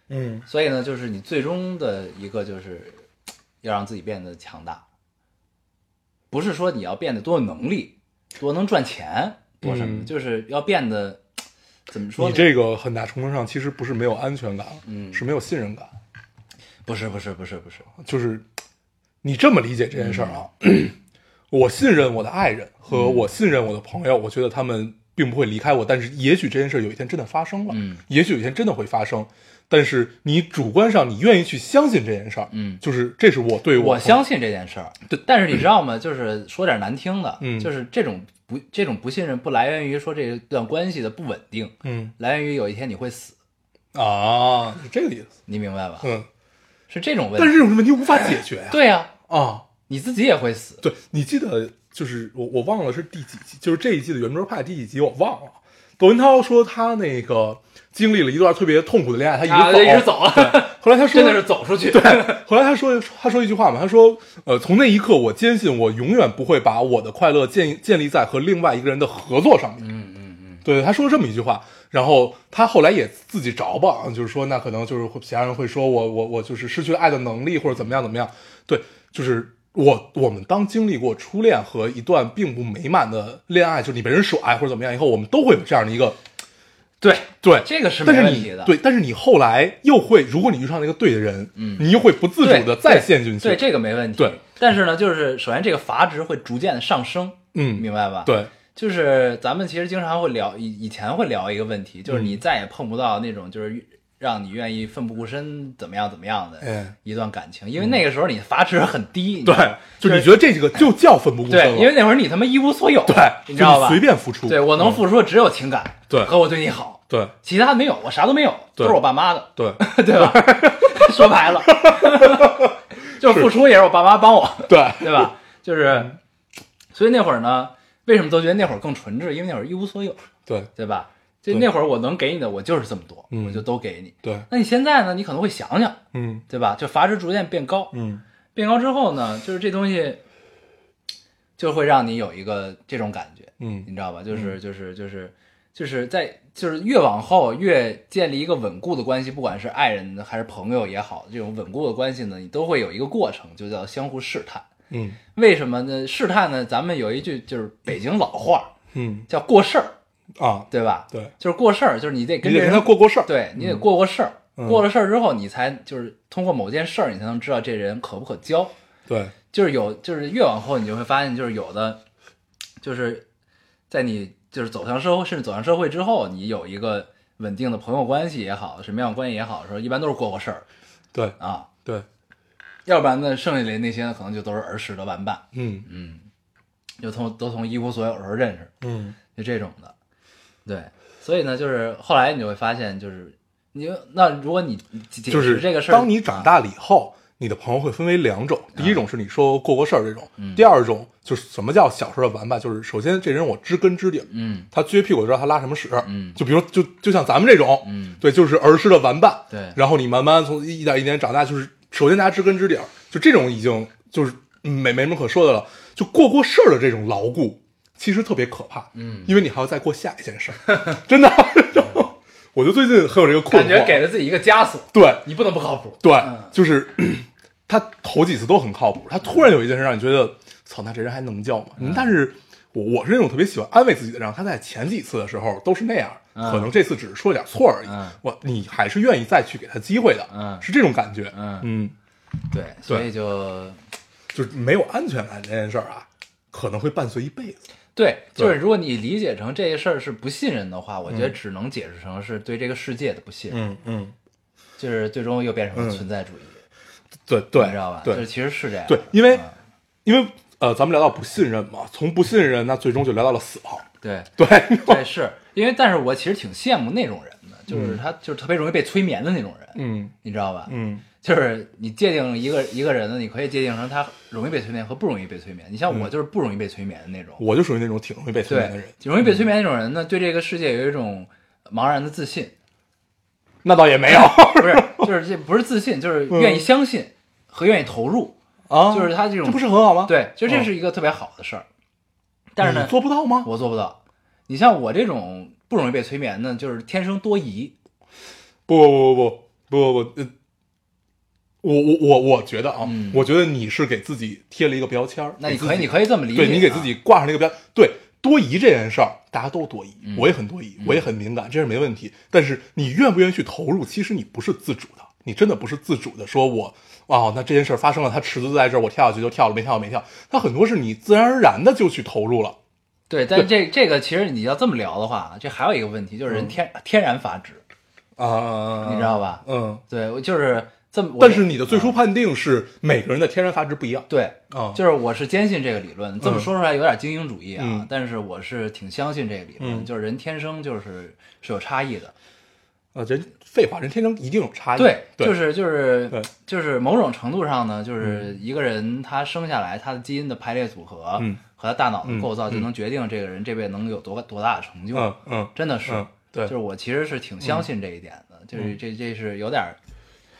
嗯所以呢，就是你最终的一个就是要让自己变得强大，不是说你要变得多有能力、多能赚钱、多什么的，嗯就是要变得怎么说你呢？这个很大程度上其实不是没有安全感，嗯是没有信任感，不是不是不是不是，就是你这么理解这件事儿啊。嗯我信任我的爱人和我信任我的朋友，我觉得他们并不会离开我，但是也许这件事儿有一天真的发生了，嗯也许有一天真的会发生。但是你主观上你愿意去相信这件事儿，嗯就是这是我对我的相信这件事儿，对，但是你知道吗？就是说点难听的，嗯就是这种不这种不信任不来源于说这段关系的不稳定，嗯来源于有一天你会死，啊是这个意思，你明白吧？嗯，是这种问题。但是这种问题无法解决呀、对呀、啊，你自己也会死。对你记得就是我我忘了是第几集，就是这一季的圆桌派第几集我忘了。窦文涛说他那个经历了一段特别痛苦的恋爱，他一直啊，走，一直走了，后来他说真的是走出去。对，后来他说他说一句话嘛，他说呃，从那一刻我坚信我永远不会把我的快乐建建立在和另外一个人的合作上面。嗯嗯嗯，对，他说这么一句话，然后他后来也自己着吧，就是说那可能就是会其他人会说我我我就是失去了爱的能力或者怎么样怎么样，对，就是我我们当经历过初恋和一段并不美满的恋爱，就是你被人甩或者怎么样以后，我们都会有这样的一个对，对，这个是没但是问你题的。对，但是你后来又会，如果你遇上那个对的人，嗯你又会不自对主的再陷进去，对，这个没问题。对，但是呢，就是首先这个阀值会逐渐的上升，嗯，明白吧？，对，就是咱们其实经常会聊，以以前会聊一个问题，就是嗯你再也碰不到那种就是让你愿意奋不顾身怎么样怎么样的哎，一段感情，因为那个时候你阀值很低，你知对道吗，就就是你觉得这个就叫奋不顾嗯身对了，，因为那会儿你他妈一无所有，对，你知道就吧？是随便付出，对我能嗯付出的只有情感，对和我对你好，对其他的没有，我啥都没有，都对是我爸妈的。 对对吧？说白 了，就是付出也是我爸妈帮我，对，对吧？嗯就是，所以那会儿呢，为什么都觉得那会儿更纯质？因为那会儿一无所有，对对吧？就对那会儿我能给你的，我就是这么多，嗯我就都给你。对，那你现在呢？你可能会想想，嗯对吧？就阀值逐渐变高，嗯变高之后呢，就是这东西就会让你有一个这种感觉，嗯你知道吧？就是就是就是就是在就是越往后越建立一个稳固的关系，不管是爱人还是朋友也好，这种稳固的关系呢，你都会有一个过程，就叫相互试探。嗯为什么呢？试探呢？咱们有一句就是北京老话嗯叫过事儿，啊，对吧？对，就是过事儿，就是你得你跟得这跟人他过过事儿，对你得过过事儿。嗯过了事儿之后，你才就是通过某件事儿，你才能知道这人可不可交。对，就是有，就是越往后你就会发现，就是有的，就是在你就是走向社会，甚至走向社会之后，你有一个稳定的朋友关系也好，什么样的关系也好，说一般都是过过事儿对啊，对，要不然呢，剩下的那些呢，可能就都是儿时的玩伴，嗯嗯，就从都从一无所有的时候认识，嗯就这种的，对，所以呢，就是后来你就会发现，就是你就那如果你解就释是这个事儿，啊当你长大了以后，你的朋友会分为两种，第一种是你说过过事儿这种，嗯第二种就是什么叫小时候的玩伴，就是首先这人我知根知底儿，嗯他撅屁股就知道他拉什么屎，嗯就比如就就像咱们这种，嗯对，就是儿时的玩伴，对然后你慢慢从一点一点长大，就是首先大家知根知底儿，就这种已经就是没没什么可说的了，就过过事儿的这种牢固，其实特别可怕，嗯，因为你还要再过下一件事儿，真的， 我就最近很有这个困感惑，觉给了自己一个枷锁，对，你不能不靠谱，对，就是 他头几次都很靠谱，他突然有一件事让你觉得，操，那这人还能叫吗？嗯但是我我是那种特别喜欢安慰自己的，然后他在前几次的时候都是那样，嗯可能这次只是说了点错而已，嗯我你还是愿意再去给他机会的，嗯是这种感觉，嗯嗯，对，所以就就是没有安全感这件事儿啊，可能会伴随一辈子，对，对就是如果你理解成这些事儿是不信任的话，我觉得只能解释成是对这个世界的不信任，嗯嗯，就是最终又变成了嗯存在主义，对对，你知道吧？对就是其实是这样的，对，因为、嗯因为呃，咱们聊到不信任嘛，从不信任，那最终就聊到了死亡，对对，对是因为，但是我其实挺羡慕那种人的，就是他就是特别容易被催眠的那种人，嗯你知道吧？嗯。就是你界定一个一个人呢，你可以界定成他容易被催眠和不容易被催眠。你像我就是不容易被催眠的那种，我就属于那种嗯挺容易被催眠的对人。，嗯容易被催眠那种人呢，对这个世界有一种茫然的自信， 那倒也 没有不是，就是这不是自信，就是嗯愿意相信和愿意投入，啊就是他这种这不是很好吗？，对，就这嗯是一个特别好的事儿。但是呢，做不到吗？我做不到。你像我这种不容易被催眠的，就是天生多疑。不不不不不不不，呃我我我我觉得啊嗯，我觉得你是给自己贴了一个标签儿那你给自可以，己你可以这么理解啊，对你给自己挂上了一个标，对，多疑这件事儿，大家都多疑，嗯我也很多疑，我也很敏感，这是没问题。但是你愿不愿意去投入，其实你不是自主的，你真的不是自主的。说我哦，那这件事儿发生了，它池子在这儿，我跳下去就跳了，没跳没跳。它很多是你自然而然的就去投入了。对，但这这个其实你要这么聊的话，这还有一个问题，就是嗯人天、天然发直，啊，你知道吧？嗯，对，我就是这么。我嗯但是你的最初判定是每个人的天然阀值不一样对，啊，就是我是坚信这个理论，这么说出来有点精英主义啊，嗯但是我是挺相信这个理论，嗯就是人天生就是是有差异的。呃，人废话，人天生一定有差异，对啊对，，就是就是对就是某种程度上呢，就是一个人他生下来他的基因的排列组合嗯和他大脑的嗯构造，就嗯能决定这个人这辈子能有多多大的成就。嗯嗯，真的是嗯，对就嗯是我其实是挺相信这一点的，就是这这是有点儿，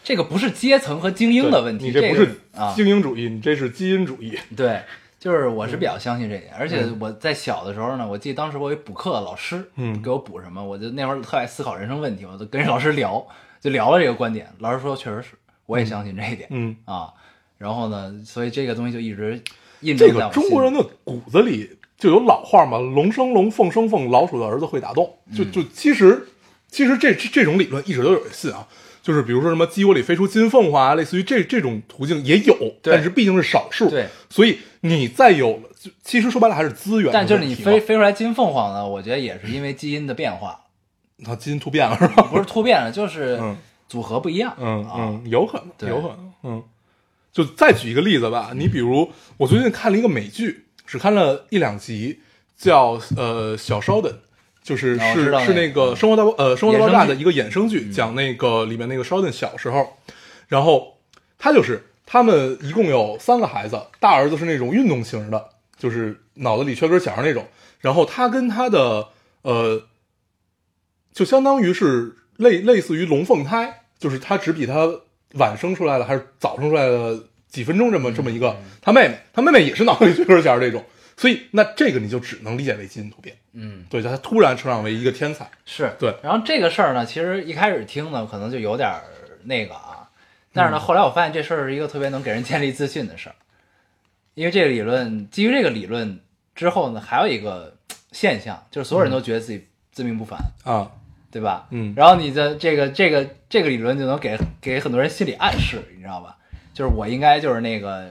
这个不是阶层和精英的问题，你这不个是啊，精英主义，你这是基因主义，对，就是我嗯是比较相信这一点，而且我在小的时候呢，我记得当时我有一补课的老师，嗯给我补什么，我就那会儿特爱思考人生问题，我就跟人老师聊，就聊了这个观点，老师说确实是，我也相信这一点、嗯，啊，然后呢，所以这个东西就一直印证这在个我中心国里人的骨子里就有老话嘛，龙生龙，凤生凤，老鼠的儿子会打洞。嗯就就其实其实这这这种理论一直都有人信啊，就是比如说什么鸡窝里飞出金凤凰啊，类似于这这种途径也有，对但是毕竟是少数。对，所以你再有了，就其实说白了还是资源的问题嘛。但就是你飞飞出来金凤凰呢，我觉得也是因为基因的变化，它基因啊突变了是吧？不是突变了，就是嗯组合不一样，嗯啊，嗯，有可对能，有可能，嗯。就再举一个例子吧，你比如我最近看了一个美剧，只看了一两集，叫呃小 Sheldon，就是哦是知道那是个那个《生活大爆呃生活大衍爆生炸》剧嗯的一个衍生剧，讲那个里面那个 Sheldon 小时候，然后他就是他们一共有三个孩子，大儿子是那种运动型的，就是脑子里缺根弦儿那种，然后他跟他的呃就相当于是类类似于龙凤胎，就是他只比他晚生出来了还是早生出来了几分钟这么嗯这么一个他妹妹，他妹妹也是脑力缺根弦儿这种，所以那这个你就只能理解为基因突变，嗯。对，他突然成长为一个天才，是对然后这个事儿呢，其实一开始听呢，可能就有点儿那个啊，但嗯是呢，后来我发现这事儿是一个特别能给人建立自信的事儿，因为这个理论，基于这个理论之后呢，还有一个嘖现象，就是所有人都觉得自己自命不凡，啊，对吧？嗯然后你的这个这个这个理论就能给给很多人心理暗示，你知道吧？就是我应该就是那个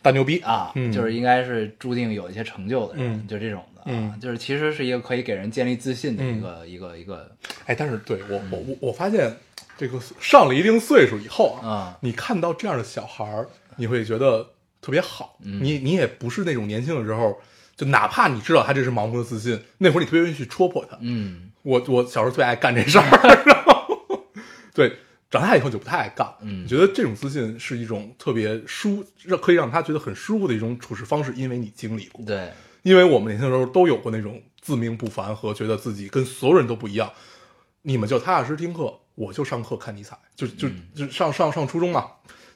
大牛逼啊，嗯就是应该是注定有一些成就的人，嗯就这种的、啊，嗯就是其实是一个可以给人建立自信的一个、一个一个哎，但是对我我我我发现这个上了一定岁数以后啊，啊。你看到这样的小孩儿，你会觉得特别好，嗯你你也不是那种年轻的时候。就哪怕你知道他这是盲目的自信，那会儿你特别愿意去戳破他。嗯我我小时候最爱干这事儿， 然后对，长大以后就不太爱干了。嗯你觉得这种自信是一种特别舒，让可以让他觉得很舒服的一种处事方式，因为你经历过，。对，因为我们年轻的时候都有过那种自命不凡和觉得自己跟所有人都不一样。你们就踏踏实实听课，我就上课看尼采，就就就上上上初中嘛。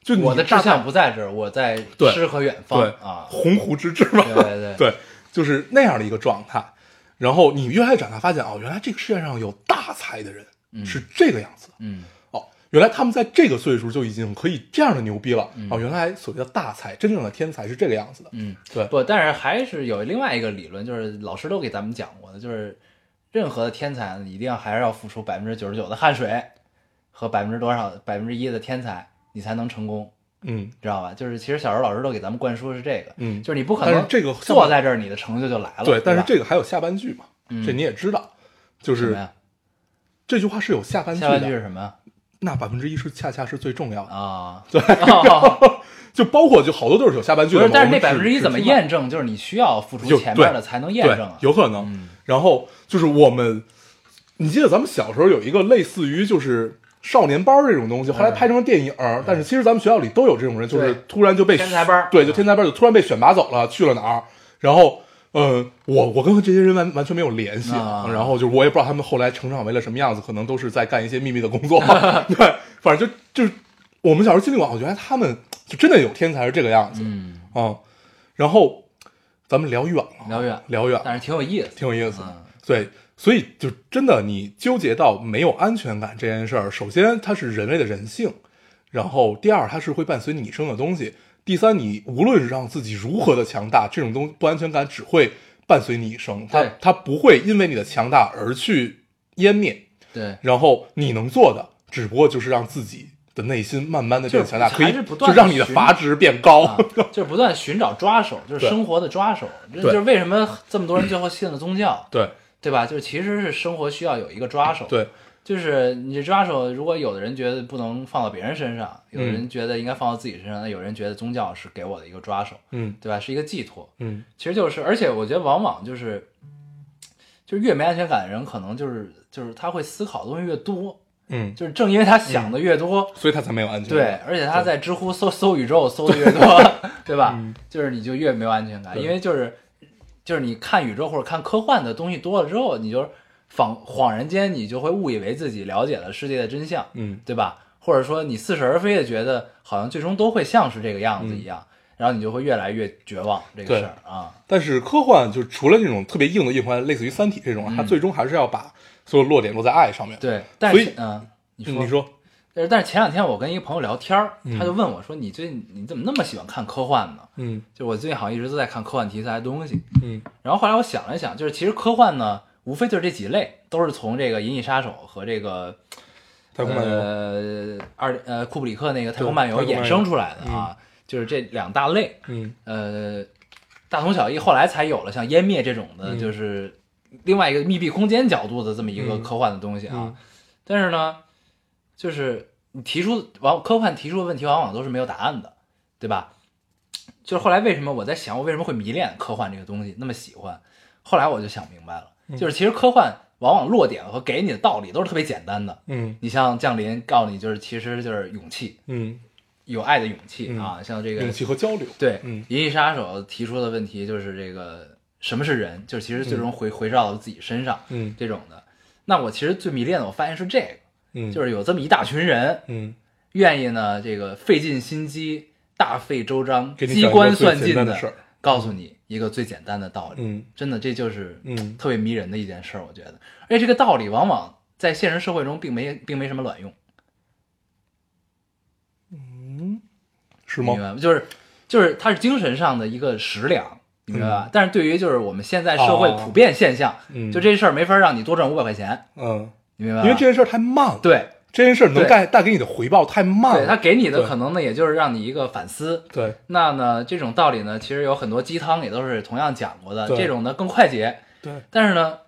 就你嗯我的志大概向不在这儿，我在对诗和远方对啊。鸿鹄之志嘛，对 对对就是那样的一个状态。然后你越来越长大，发现哦，原来这个世界上有大才的人、是这个样子的嗯，哦，原来他们在这个岁数就已经可以这样的牛逼了、哦，原来所谓的大才，真正的天才是这个样子的，嗯，对，不，但是还是有另外一个理论，就是老师都给咱们讲过的，就是任何的天才呢，一定要还是要付出百分之九十九的汗水和百分之多少百分之一的天才，你才能成功，嗯，知道吧？就是其实小时候老师都给咱们灌输的是这个，嗯就是你不可但是能这个坐在这儿，你的成就就来了，对，但是吧这个还有下半句嘛，嗯这你也知道，就什是么呀？这句话是有下半句下半句的，是什么 呀那百分之一是恰恰是最重要的，啊？ 对，就包括就好多都是有下半句不的是，嘛，但是那我百们分只之一只怎么听到验证？就是你需要付就出前面对的才能验证啊。对，有可能。然后就是我们，你记得咱们小时候有一个类似于就是少年班儿这种东西，后来拍成了电影儿，但是其实咱们学校里都有这种人，就是嗯对突然就被天才班儿对，就天才班儿就突然被选拔走了，去了哪儿？然后，呃，我我跟这些人完完全没有联系，啊然后就是我也不知道他们后来成长为了什么样子，可能都是在干一些秘密的工作， 对，反正就就是我们小时候经历过，我觉得他们就真的有天才是这个样子，嗯，嗯，然后咱们聊远了，聊远聊远了，但是挺有意思的。挺有意思的。嗯对，所以就真的你纠结到没有安全感这件事儿，首先它是人类的人性，然后第二它是会伴随你一生的东西，第三你无论让自己如何的强大，这种东不安全感只会。伴随你一生，它对它不会因为你的强大而去湮灭。 对，然后你能做的，只不过就是让自己的内心慢慢的变强大，就可是还以是不就断地让你的寻阀值变高。啊，就是不断寻找抓手，就是哦对生活的抓手，这对就是为什么这么多人最后信了宗教， 对对吧？就是其实是生活需要有一个抓手，，对就是你这抓手，如果有的人觉得不能放到别人身上，有的嗯人觉得应该放到自己身上，那有人觉得宗教是给我的一个抓手，嗯对吧？是一个寄托，嗯，其实就是，而且我觉得往往就是，就是越没安全感的人，可能就是就是他会思考的东西越多，嗯，就是正因为他想的越多，所以他才没有安全对感。，而且他在知乎搜搜宇宙搜的越 多，对吧？就是你就越没有安全感，嗯对因为就是就是你看宇宙或者看科幻的东西多了之后，你就仿恍然间你就会误以为自己了解了世界的真相，嗯对吧？或者说你似是而非的觉得好像最终都会像是这个样子一样，然后你就会越来越绝望这个嗯对事儿啊。但是科幻就除了那种特别硬的硬核，类似于《三体》这种啊，它最终还是要把所有落点落在爱上面。嗯对，但是所以嗯，你嗯，说你说，但是但是前两天我跟一个朋友聊天儿，他就问我说：“你最近你怎么那么喜欢看科幻呢？”嗯就我最近好像一直都在看科幻题材的东西。嗯然后后来我想了想，就是其实科幻呢，无非就是这几类，都是从这个《银翼杀手》和这个太空漫游呃二呃库布里克那个《太空漫游》太空漫游衍生出来的啊，就是这两大类。嗯呃，大同小异，后来才有了像《湮灭》这种的，嗯就是另外一个密闭空间角度的这么一个科幻的东西啊。嗯但是呢，就是你提出往科幻提出的问题，往往都是没有答案的，对吧？就是后来为什么我在想，我为什么会迷恋科幻这个东西，那么喜欢？后来我就想明白了，嗯就是其实科幻往往落点和给你的道理都是特别简单的。嗯你像《降临》告诉你，就是其实就是勇气，嗯，有爱的勇气啊，像这个勇气和交流。对，嗯银翼杀手》提出的问题就是这个什么是人，就是其实最终回、回绕到自己身上，嗯这种的。那我其实最迷恋的，我发现是这个，嗯，就是是有这么一大群人嗯，愿意呢，这个费尽心机、大费周章、给你机讲一个关最算简尽单地的事儿告诉你一个最简单的道理。嗯真的，这就是嗯特别迷人的一件事儿，我觉得。而且这个道理往往在现实社会中并没并没什么卵用。是明吗？白吗？就是就是它是精神上的一个食粮，你明白吧？但是对于就是我们现在社会嗯哦普遍现象，嗯就这事儿没法让你多赚五百块钱，嗯，你明白因吧？为这件事儿太慢了，，对这件事儿能对带带给你的回报太慢对，了。他给你的啊对可能呢，也就是让你一个反思。对，那呢，这种道理呢，其实有很多鸡汤也都是同样讲过的，对这种呢更快捷。对，但是呢，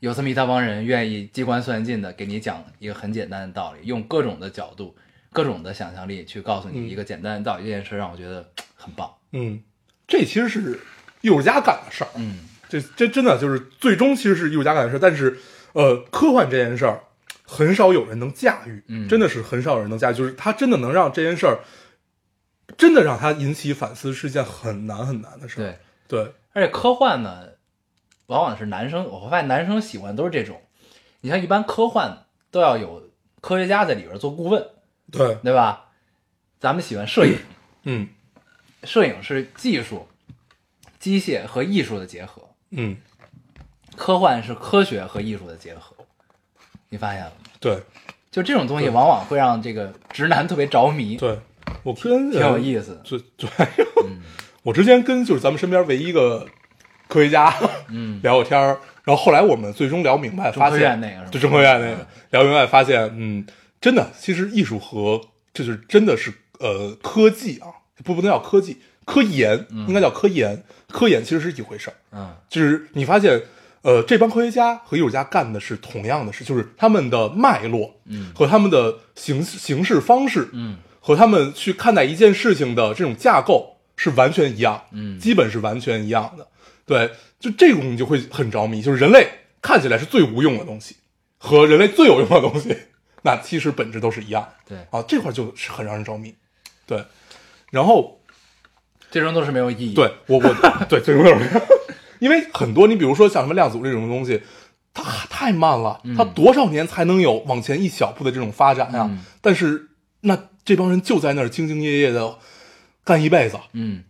有这么一大帮人愿意机关算尽的给你讲一个很简单的道理，用各种的角度、各种的想象力去告诉你一个简单的道理，这件事让我觉得很棒。嗯，这其实是艺术家干的事儿。嗯，这这真的就是最终其实是艺术家干的事儿，但是呃，科幻这件事儿很少有人能驾驭，嗯真的是很少有人能驾驭，就是它真的能让这件事儿真的让它引起反思，是一件很难很难的事对儿。。对而且科幻呢，往往是男生，我发现男生喜欢都是这种。你像一般科幻都要有科学家在里边做顾问，对对吧？咱们喜欢摄影，嗯摄影是技术、机械和艺术的结合，嗯，科幻是科学和艺术的结合。你发现了吗？对就这种东西，对往往会让这个直男特别着迷，对，我跟挺有思。意思的。对对， 我之前跟就是咱们身边唯一一个科学家，嗯， 聊过天儿，然后后来我们最终聊明白，中科发院现那个是吗嗯对中科院那个聊明白，发现嗯，真的，其实艺术和这就是真的是呃科技啊，不不能叫科技，科研应该叫科研，科研其实是一回事儿，嗯就是你发现，呃，这帮科学家和艺术家干的是同样的事，就是他们的脉络，嗯，和他们的形形式方式，嗯，和他们去看待一件事情的这种架构是完全一样，嗯基本是完全一样的。对，就这种你就会很着迷，就是人类看起来是最无用的东西，和人类最有用的东西，那其实本质都是一样的对，啊，这块就是很让人着迷。对，然后最终都是没有意义。，对我我对最终就是这样，因为很多你比如说像什么量子这种东西，它太慢了，嗯它多少年才能有往前一小步的这种发展呀、嗯但是那这帮人就在那儿兢兢业业的干一辈子，嗯，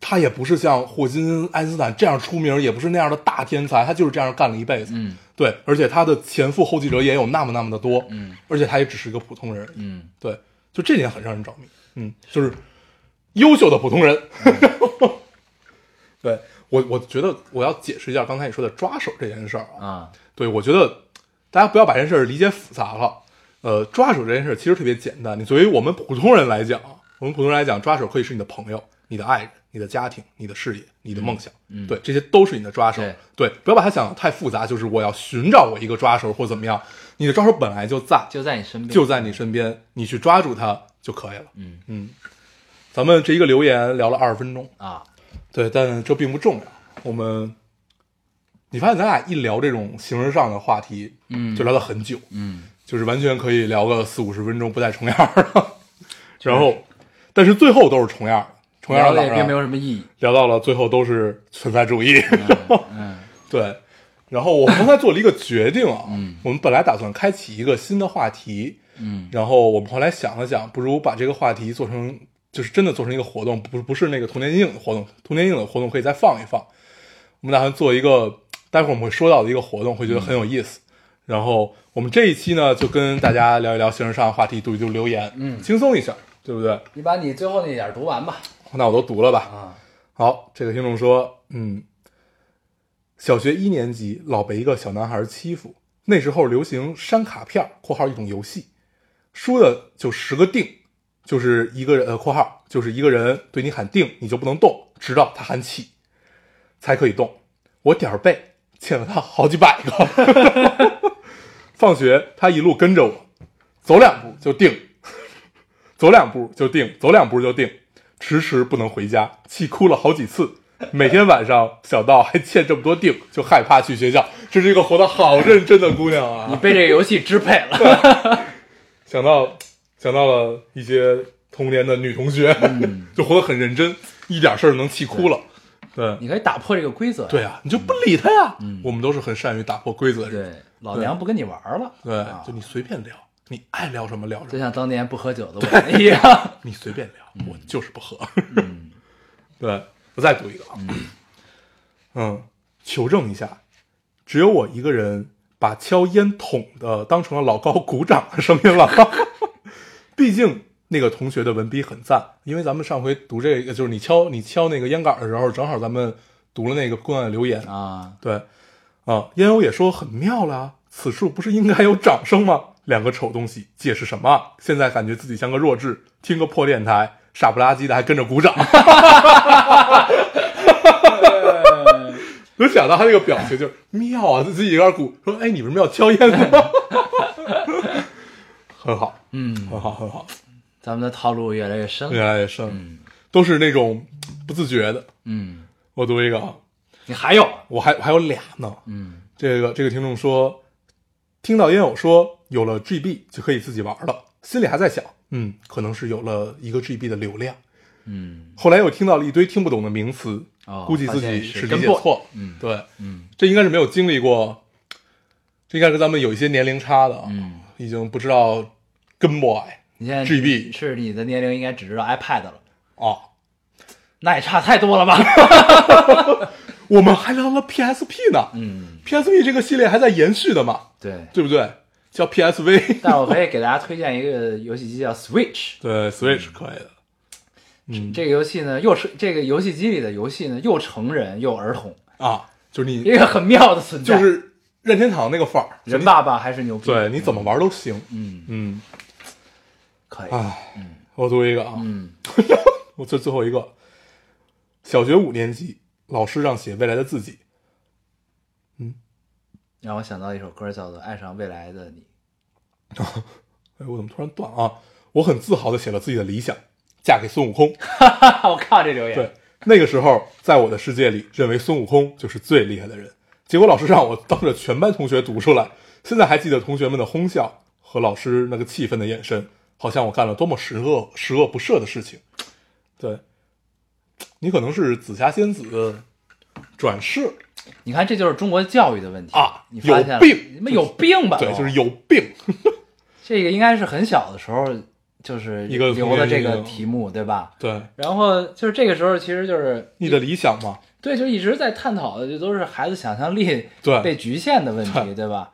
他也不是像霍金、爱因斯坦这样出名，也不是那样的大天才，他就是这样干了一辈子。嗯，对，而且他的前赴后继者也有那么那么的多，嗯，而且他也只是一个普通人，嗯，对，就这点很让人着迷，嗯，就是优秀的普通人， 对我，我觉得我要解释一下刚才你说的抓手这件事儿啊。啊，对，我觉得大家不要把这件事儿理解复杂了。呃，抓手这件事儿其实特别简单。你作为我们普通人来讲，我们普通人来讲，抓手可以是你的朋友、你的爱人、你的家庭、你的事业、你的梦想，嗯嗯对，这些都是你的抓手。对，不要把它想得太复杂，就是我要寻找我一个抓手或怎么样。你的抓手本来就在，就在你身边，就在你身边，你去抓住它就可以了。嗯嗯，咱们这一个留言聊了二十分钟，啊，对，但这并不重要。我们，你发现咱俩一聊这种形式上的话题，嗯就聊了很久，嗯，就是完全可以聊个四五十分钟，不带重样儿 的。然后，但是最后都是重样儿的，重样聊的儿的啊也早并没有上什么意义，聊到了最后都是存在主义。嗯对，然后我们刚才做了一个决定啊，我们本来打算开启一个新的话题，嗯，然后我们后来想了想，不如把这个话题做成，就是真的做成一个活动，不不是那个童年阴影的活动，童年阴影的活动可以再放一放。我们打算做一个，待会儿我们会说到的一个活动，会觉得很有意思。然后我们这一期呢，就跟大家聊一聊形式上的话题，读一读留言，嗯轻松一下，对不对？你把你最后那点儿读完吧，那我都读了吧，啊，好，这个听众说，嗯，小学一年级老被一个小男孩欺负，那时候流行删卡片（括号一种游戏），输的就十个定，就是一个人呃（括号）就是一个人对你喊定，你就不能动，直到他喊起，才可以动。我点儿背，欠了他好几百个。 放学他一路跟着我，走两步就定，走两步就定，走两步就定，迟迟不能回家，气哭了好几次。每天晚上想到还欠这么多定，就害怕去学校。这是一个活得好认真的姑娘你啊！被这个游戏支配了，想到想到了一些童年的女同学， 就活得很认真，一点事儿能气哭了。对嗯你可以打破这个规则，对啊，你就不理他呀。我们都是很善于打破规则的人。对，老娘不跟你玩儿了，对啊，就你随便聊，你爱聊什么聊什就么，像当年不喝酒的我一样， 你随便聊，我就是不喝。对，我再读一个啊，嗯，求证一下，只有我一个人把敲烟筒的当成了老高鼓掌的声音了， 毕竟。那个同学的文笔很赞，因为咱们上回读这个，就是你敲你敲那个烟杆的时候，正好咱们读了那个公案留言，啊，对，啊，烟友也说很妙啦，此处不是应该有掌声吗？两个丑东西，解释什么啊？现在感觉自己像个弱智，听个破电台，傻不拉几的还跟着鼓掌。能想到他那个表情就是妙啊，自己一个人鼓，说哎，你为什么要敲烟呢？ 很好，嗯，很好，很好，咱们的套路越来越深越了，来越深，都是那种不自觉的。嗯，我读一个啊，你还有，我还我还有俩呢，嗯这个这个听众说，听到烟友说有了 GB 就可以自己玩了，心里还在想，嗯，可能是有了一个 GB 的流量。嗯，后来又听到了一堆听不懂的名词，哦估计自发己现是是理跟解不错。嗯对，嗯这应该是没有经历过，这应该是咱们有一些年龄差的，嗯，已经不知道跟 boy 你现在 GB 是你的年龄应该只知道 iPad 了，啊。那也差太多了吧？ 我们还聊了 PSP 呢、嗯， p s p 这个系列还在延续的嘛，对。对不对？叫 PSV，但我可以给大家推荐一个游戏机叫 Switch，对，Switch 可以的。嗯，这个游戏呢又是这个游戏机里的游戏呢又成人又儿童，啊，就是你一个很妙的存在，就是任天堂那个范儿，人爸爸还是牛逼。对，你怎么玩都行。嗯，嗯，可以，啊唉，我读一个啊，嗯我最最后一个，小学五年级，老师让写未来的自己，让我想到一首歌叫做《爱上未来的你》。哎，我怎么突然断啊？我很自豪的写了自己的理想，嫁给孙悟空。 我看这留言，对，那个时候在我的世界里，认为孙悟空就是最厉害的人。结果老师让我当着全班同学读出来，现在还记得同学们的哄笑和老师那个气愤的眼神，好像我干了多么十恶十恶不赦的事情。对，你可能是紫霞仙子转世，你看这就是中国教育的问题啊你发现了有病你们有病吧？对，都就是有病。这个应该是很小的时候就是一个留的这一个个题目，对吧？对，然后就是这个时候，其实就是你的理想嘛，对，就一直在探讨的，就都是孩子想象力对被局限的问对题，对吧？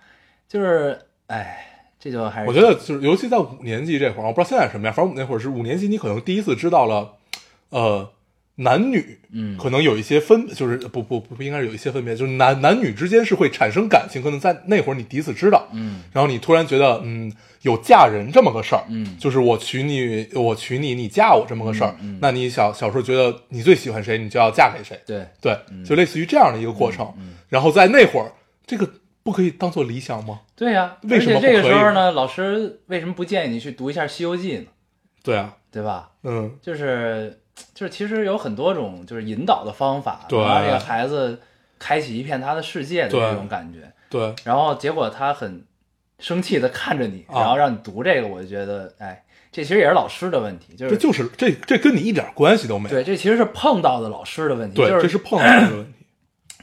就是，哎，这就还是我觉得就是，尤其在五年级这会儿，我不知道现在什么样，反正我们那会儿是五年级，你可能第一次知道了，呃，男女，嗯可能有一些分，就是不不不应该是有一些分别，就是男男女之间是会产生感情，可能在那会儿你第一次知道，嗯，然后你突然觉得，嗯，有嫁人这么个事儿，嗯就是我娶你，我娶你，你嫁我这么个事儿，嗯嗯那你小小时候觉得你最喜欢谁，你就要嫁给谁，对，对，就类似于这样的一个过程，嗯然后在那会儿，这个不可以当做理想吗？对呀、为什么而且这个不时可以候呢，老师为什么不建议你去读一下《西游记》呢？对啊，对吧？嗯，就是就是，其实有很多种就是引导的方法，对能让这个孩子开启一片他的世界的对这种感觉。对，然后结果他很生气的看着你，啊然后让你读这个，我就觉得，哎，这其实也是老师的问题，就这是就是这这跟你一点关系都没有，对，这其实是碰到的老师的问题，对，就这是碰到的问 题，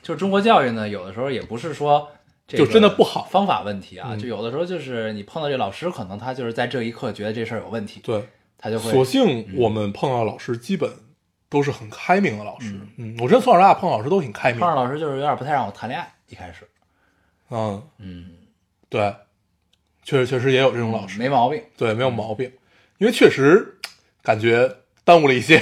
就是中国教育呢，有的时候也不是说这就个真的不好方法问题啊，嗯就有的时候就是你碰到这老师，可能他就是在这一刻觉得这事儿有问题，对，他就会嗯所幸我们碰到的老师基本都是很开明的老师，嗯，我真的从小到大碰到老师都挺开明胖，老师就是有点不太让我谈恋爱，一开始，嗯，嗯，对，确实确实也有这种老师，没毛病，对，没有毛病，因为确实感觉耽误了 一些，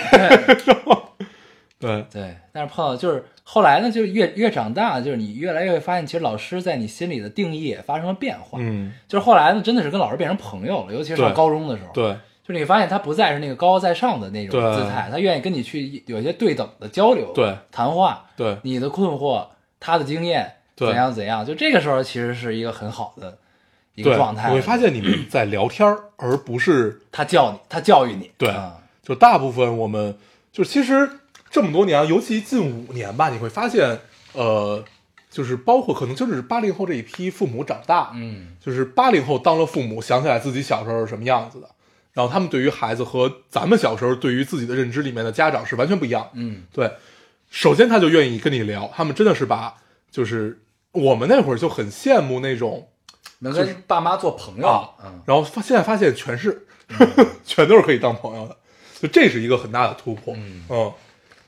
对，对，但是碰到就是后来呢，就是越越长大，就是你越来越会发现，其实老师在你心里的定义也发生了变化，嗯，就是后来呢，真的是跟老师变成朋友了，尤其是上对高中的时候，，对，就是你发现他不再是那个高高在上的那种对姿态，他愿意跟你去有一些对等的交流，对谈话，对，你的困惑，他的经验，对怎样怎样，就这个时候其实是一个很好的一对，个状态。我会发现你 们在聊天儿，而不是他叫你，他教育你，对啊就大部分我们就其实这么多年啊，尤其近五年吧，你会发现，呃，就是包括可能就是八零后这一批父母长大，嗯，就是八零后当了父母，想起来自己小时候是什么样子的，然后他们对于孩子和咱们小时候对于自己的认知里面的家长是完全不一样的。嗯，对，首先他就愿意跟你聊，他们真的是把就是我们那会儿就很羡慕那种能跟爸妈做朋友，啊，嗯，然后发现在发现全是、 全都是可以当朋友的，就这是一个很大的突破。嗯嗯，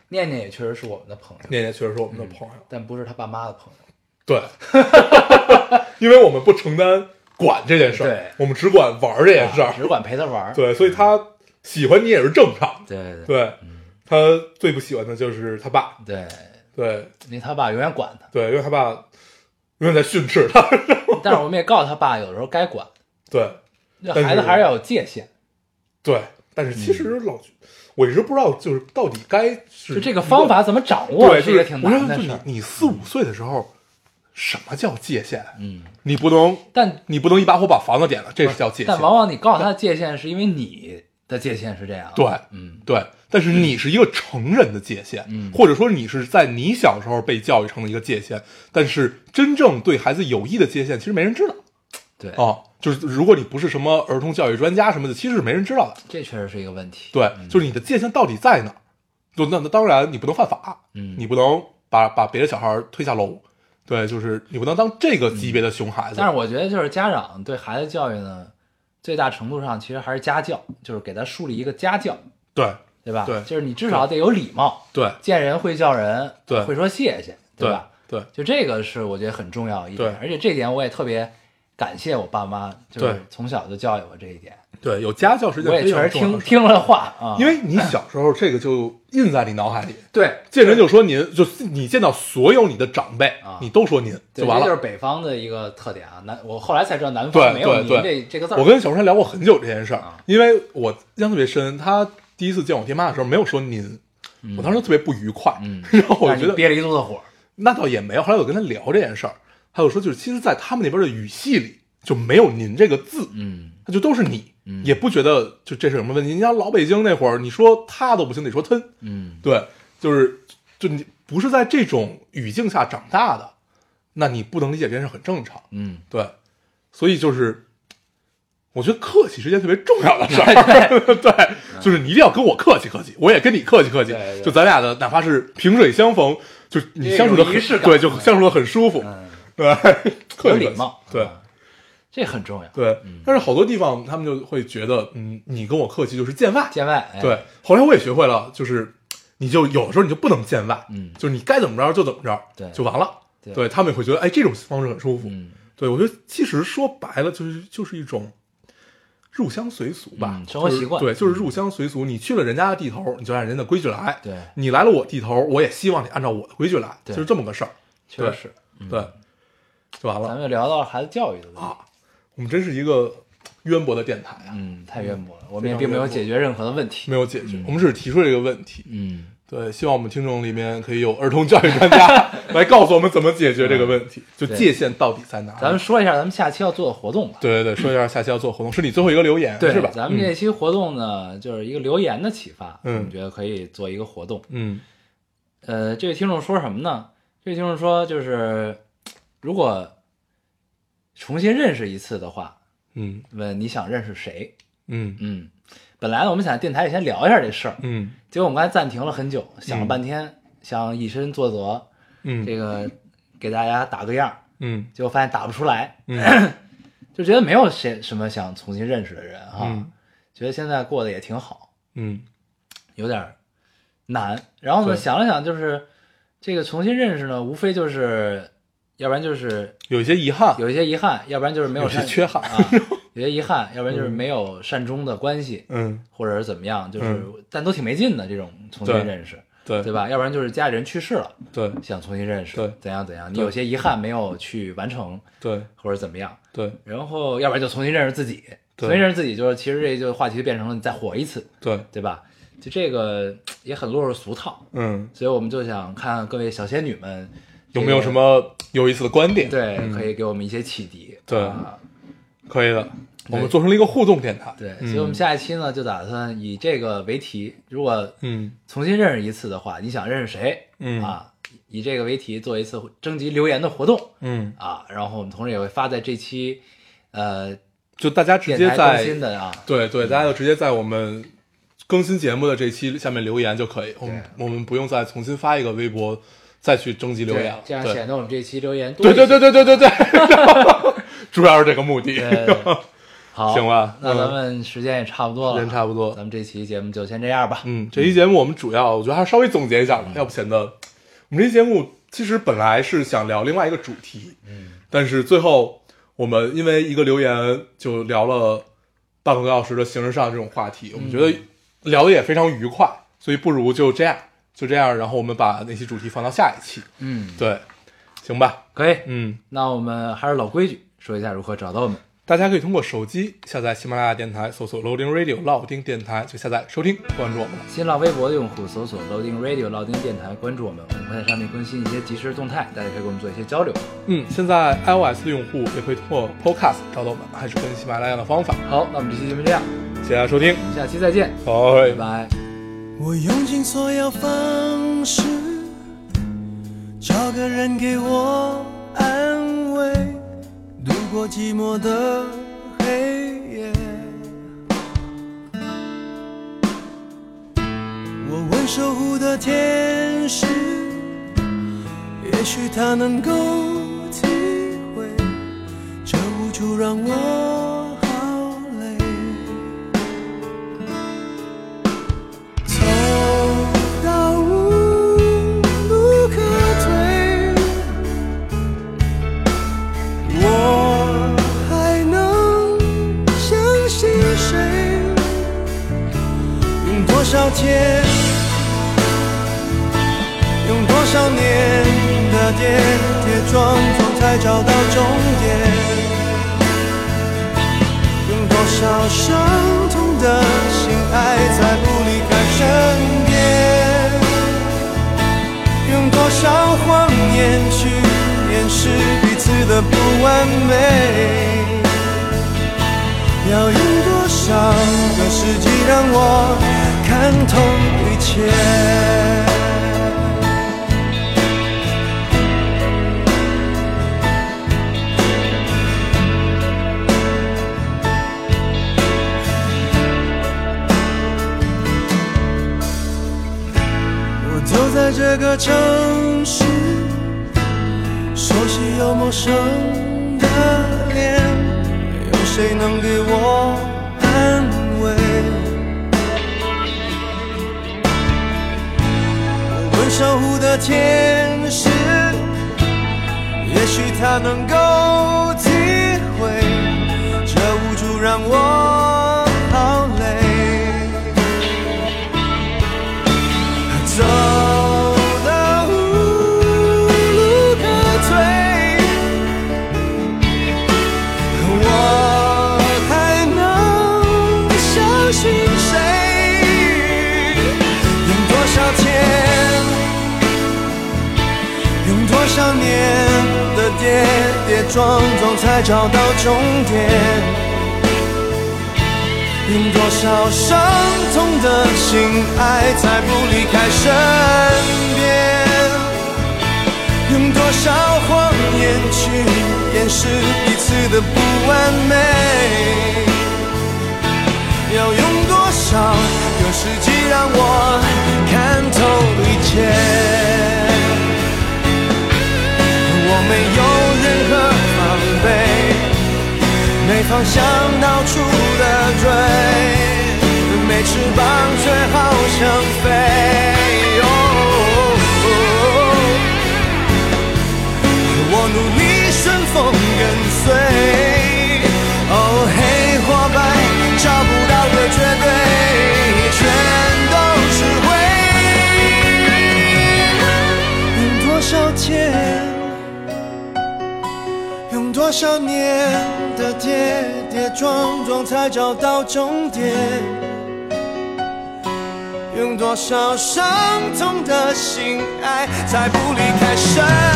念念也确实是我们的朋友，念念确实是我嗯们的朋友，但不是他爸妈的朋友。对， 因为我们不承担管这件事儿，对啊我们只管玩儿这件事儿， 只管陪他玩儿。对，所以他喜欢你也是正常的。对对对，他最不喜欢的就是他爸，对，对因为他爸永远管他，对，因为他爸永远在训斥他， 但是我们也告诉他爸，有的时候该管，对这 但是孩子还是要有界限。对，但是其实老。我一直不知道，就是到底该是嗯就这个方法怎么掌握，对，是一个挺难的就事是儿。你你四五岁的时候，什么叫界限？啊嗯，你不能但你不能一把火把房子点了，这是叫界限但。往往你告诉他的界限，是因为你的界限是这样。对嗯，对，但是你是一个成人的界限，嗯或者说你是在你小时候被教育成的一个界限，但是真正对孩子有益的界限，其实没人知道对，啊。就是如果你不是什么儿童教育专家什么的，其实是没人知道的。这确实是一个问题。对，就是你的界限到底在哪儿？就那那当然，你不能犯法，嗯你不能把把别的小孩儿推下楼，对，就是你不能当这个级别的熊孩子。但是我觉得就是家长对孩子教育呢，最大程度上其实还是家教，就是给他树立一个家教，对对吧？对就是你至少得有礼貌，对见人会叫人，对会说谢谢，对吧？对就这个是我觉得很重要一点对，而且这点我也特别感谢我爸妈，就是对从小就教育我这一点，对，有家教是件我也非确实常重要听的事。听了话啊，因为你小时候这个就印在你脑海里，对见人就说您，就你见到所有你的长辈啊，你都说您对，完这就是了。北方的一个特点啊。南，我后来才知道南对方没有“对您”对这，这个字儿。我跟小时候聊过很久这件事儿啊，因为我印象特别深，他第一次见我爹妈的时候没有说您，我当时特别不愉快，嗯 然后我但是觉你得憋了一肚子火，那倒也没有。后来我跟他聊这件事儿，他就说就是其实，在他们那边的语系里就没有您这个字，嗯，他就都是你，也不觉得就这是有什么问题。你像老北京那会儿，你说他都不行，得说他，嗯，对，就是就你不是在这种语境下长大的，那你不能理解这件事很正常。嗯，对，所以就是我觉得客气是件特别重要的 事儿。 对，就是你一定要跟我客气客气，我也跟你客气客气。对对就咱俩的哪怕是萍水相逢，就你相处的这有仪式很感嗯对，就相处的很舒服。对，客有气礼客气貌，嗯对。啊，这很重要。对，但是好多地方他们就会觉得，嗯，你跟我客气就是见外，见外，哎，对，后来我也学会了，就是你就有的时候你就不能见外，嗯就是你该怎么着就怎么着，对就完了。对他们也会觉得，哎，这种方式很舒服。嗯，对我觉得，其实说白了，就是就是一种入乡随俗吧，嗯生活习惯就是对，就是入乡随俗。你去了人家的地头，你就按人家的规矩来；对你来了我地头，我也希望你按照我的规矩来，对嗯就是这么个事儿。确实是。对，就完咱了们又聊到了孩子教育的问题，啊！我们真是一个渊博的电台啊，嗯，太渊博了，我们也非常并没有渊博解决任何的问题。没有解决，我们只是提出了这个问题。嗯，对，希望我们听众里面可以有儿童教育 专家来告诉我们怎么解决这个问题，就对界限到底在哪里？咱们说一下咱们下期要做的活动吧。对对对，说一下下期要做活动，是你最后一个留言对，是吧？咱们这期活动呢，就是一个留言的启发，嗯我们觉得可以做一个活动。嗯呃，这位听众说什么呢？这位听众说，就是如果重新认识一次的话，嗯问你想认识谁？嗯嗯，本来呢，我们想电台也先聊一下这事儿，嗯结果我们刚才暂停了很久，想了半天，想以身作则，嗯这个给大家打个样儿，嗯结果发现打不出来，嗯 就觉得没有谁什么想重新认识的人啊，嗯觉得现在过得也挺好。嗯有点儿难。然后呢，对想了想，就是这个重新认识呢，无非就是，要不然就是有一些遗憾，有一些遗憾，要不然就是没有些善缺憾 啊，有些遗憾，要不然就是没有善终的关系，嗯，或者是怎么样，就是但都挺没劲的这种重新对认识，嗯对对吧？要不然就是家里人去世了，对想重新认识，对怎样怎样，你对有些遗憾没有去完成，对或者怎么样。对然后，要不然就重新认识自己，对重新认识自己，就是其实这就话题就变成了你再活一次，对，对吧？就这个也很落入俗套，嗯，所以我们就想看看各位小仙女们有没有什么有意思的观点？对、可以给我们一些启迪。对啊可以的，我们做成了一个互动电台。对，嗯所以我们下一期呢就打算以这个为题，如果嗯重新认识一次的话，你想认识谁？嗯啊，以这个为题做一次征集留言的活动嗯，啊，然后我们同时也会发在这期呃就大家直电接台更在新的啊，对对，大家就直接在我们更新节目的这期下面留言就可以，我们我们不用再重新发一个微博再去征集留言了对，这样对显得我们这期留言多对一些。对对对对对对，主要是这个目的。 对好，行吧那嗯咱们时间也差不多了，时间差不多咱们这期节目就先这样吧。嗯，这期节目我们主要我觉得还是稍微总结一下吧，要不显得我们这期节目其实本来是想聊另外一个主题，嗯，但是最后我们因为一个留言就聊了半个多小时的形式上这种话题，我们觉得聊的也非常愉快，所以不如就这样就这样，然后我们把那期主题放到下一期，嗯，对，行吧，可以，嗯，那我们还是老规矩，说一下如何找到我们。大家可以通过手机下载喜马拉雅电台，搜索 Loading Radio 老丁电台就下载收听，关注我们了。新浪微博的用户搜索 Loading Radio 老丁电台，关注我们，我们会在上面更新一些即时动态，大家可以跟我们做一些交流。嗯，现在 iOS 的用户也可以通过 Podcast 找到我们，还是跟喜马拉雅的方法。好，那我们这期节目这样，谢谢大家收听，我们下期再见，拜拜拜。我用尽所有方式找个人给我安慰，度过寂寞的黑夜。我问守护的天使，也许他能够体会，这无助让我好累。走到无路可退，我还能相信谁？用多少天，用多少年的跌跌撞撞才找到终点？用多少伤痛的心爱才不离开身边？用多少谎言去掩饰彼此的不完美？要用多少个世纪让我看透一切？我走在这个城市，熟悉又陌生的脸，有谁能给我安慰？我问守护的天使，也许他能够体会，这无助让我多少年的跌跌撞撞才找到终点？用多少伤痛的心爱才不离开身边？用多少谎言去掩饰彼此的不完美？要用多少个世纪让我看透一切？我没有任何防备，没方向到处的追，没翅膀却好想飞。哦我努力顺风跟随。哦嘿，或白，找不到的绝对，全都是灰。用多少天，用多少年的跌跌撞撞才找到终点？用多少伤痛的心爱，才不离开身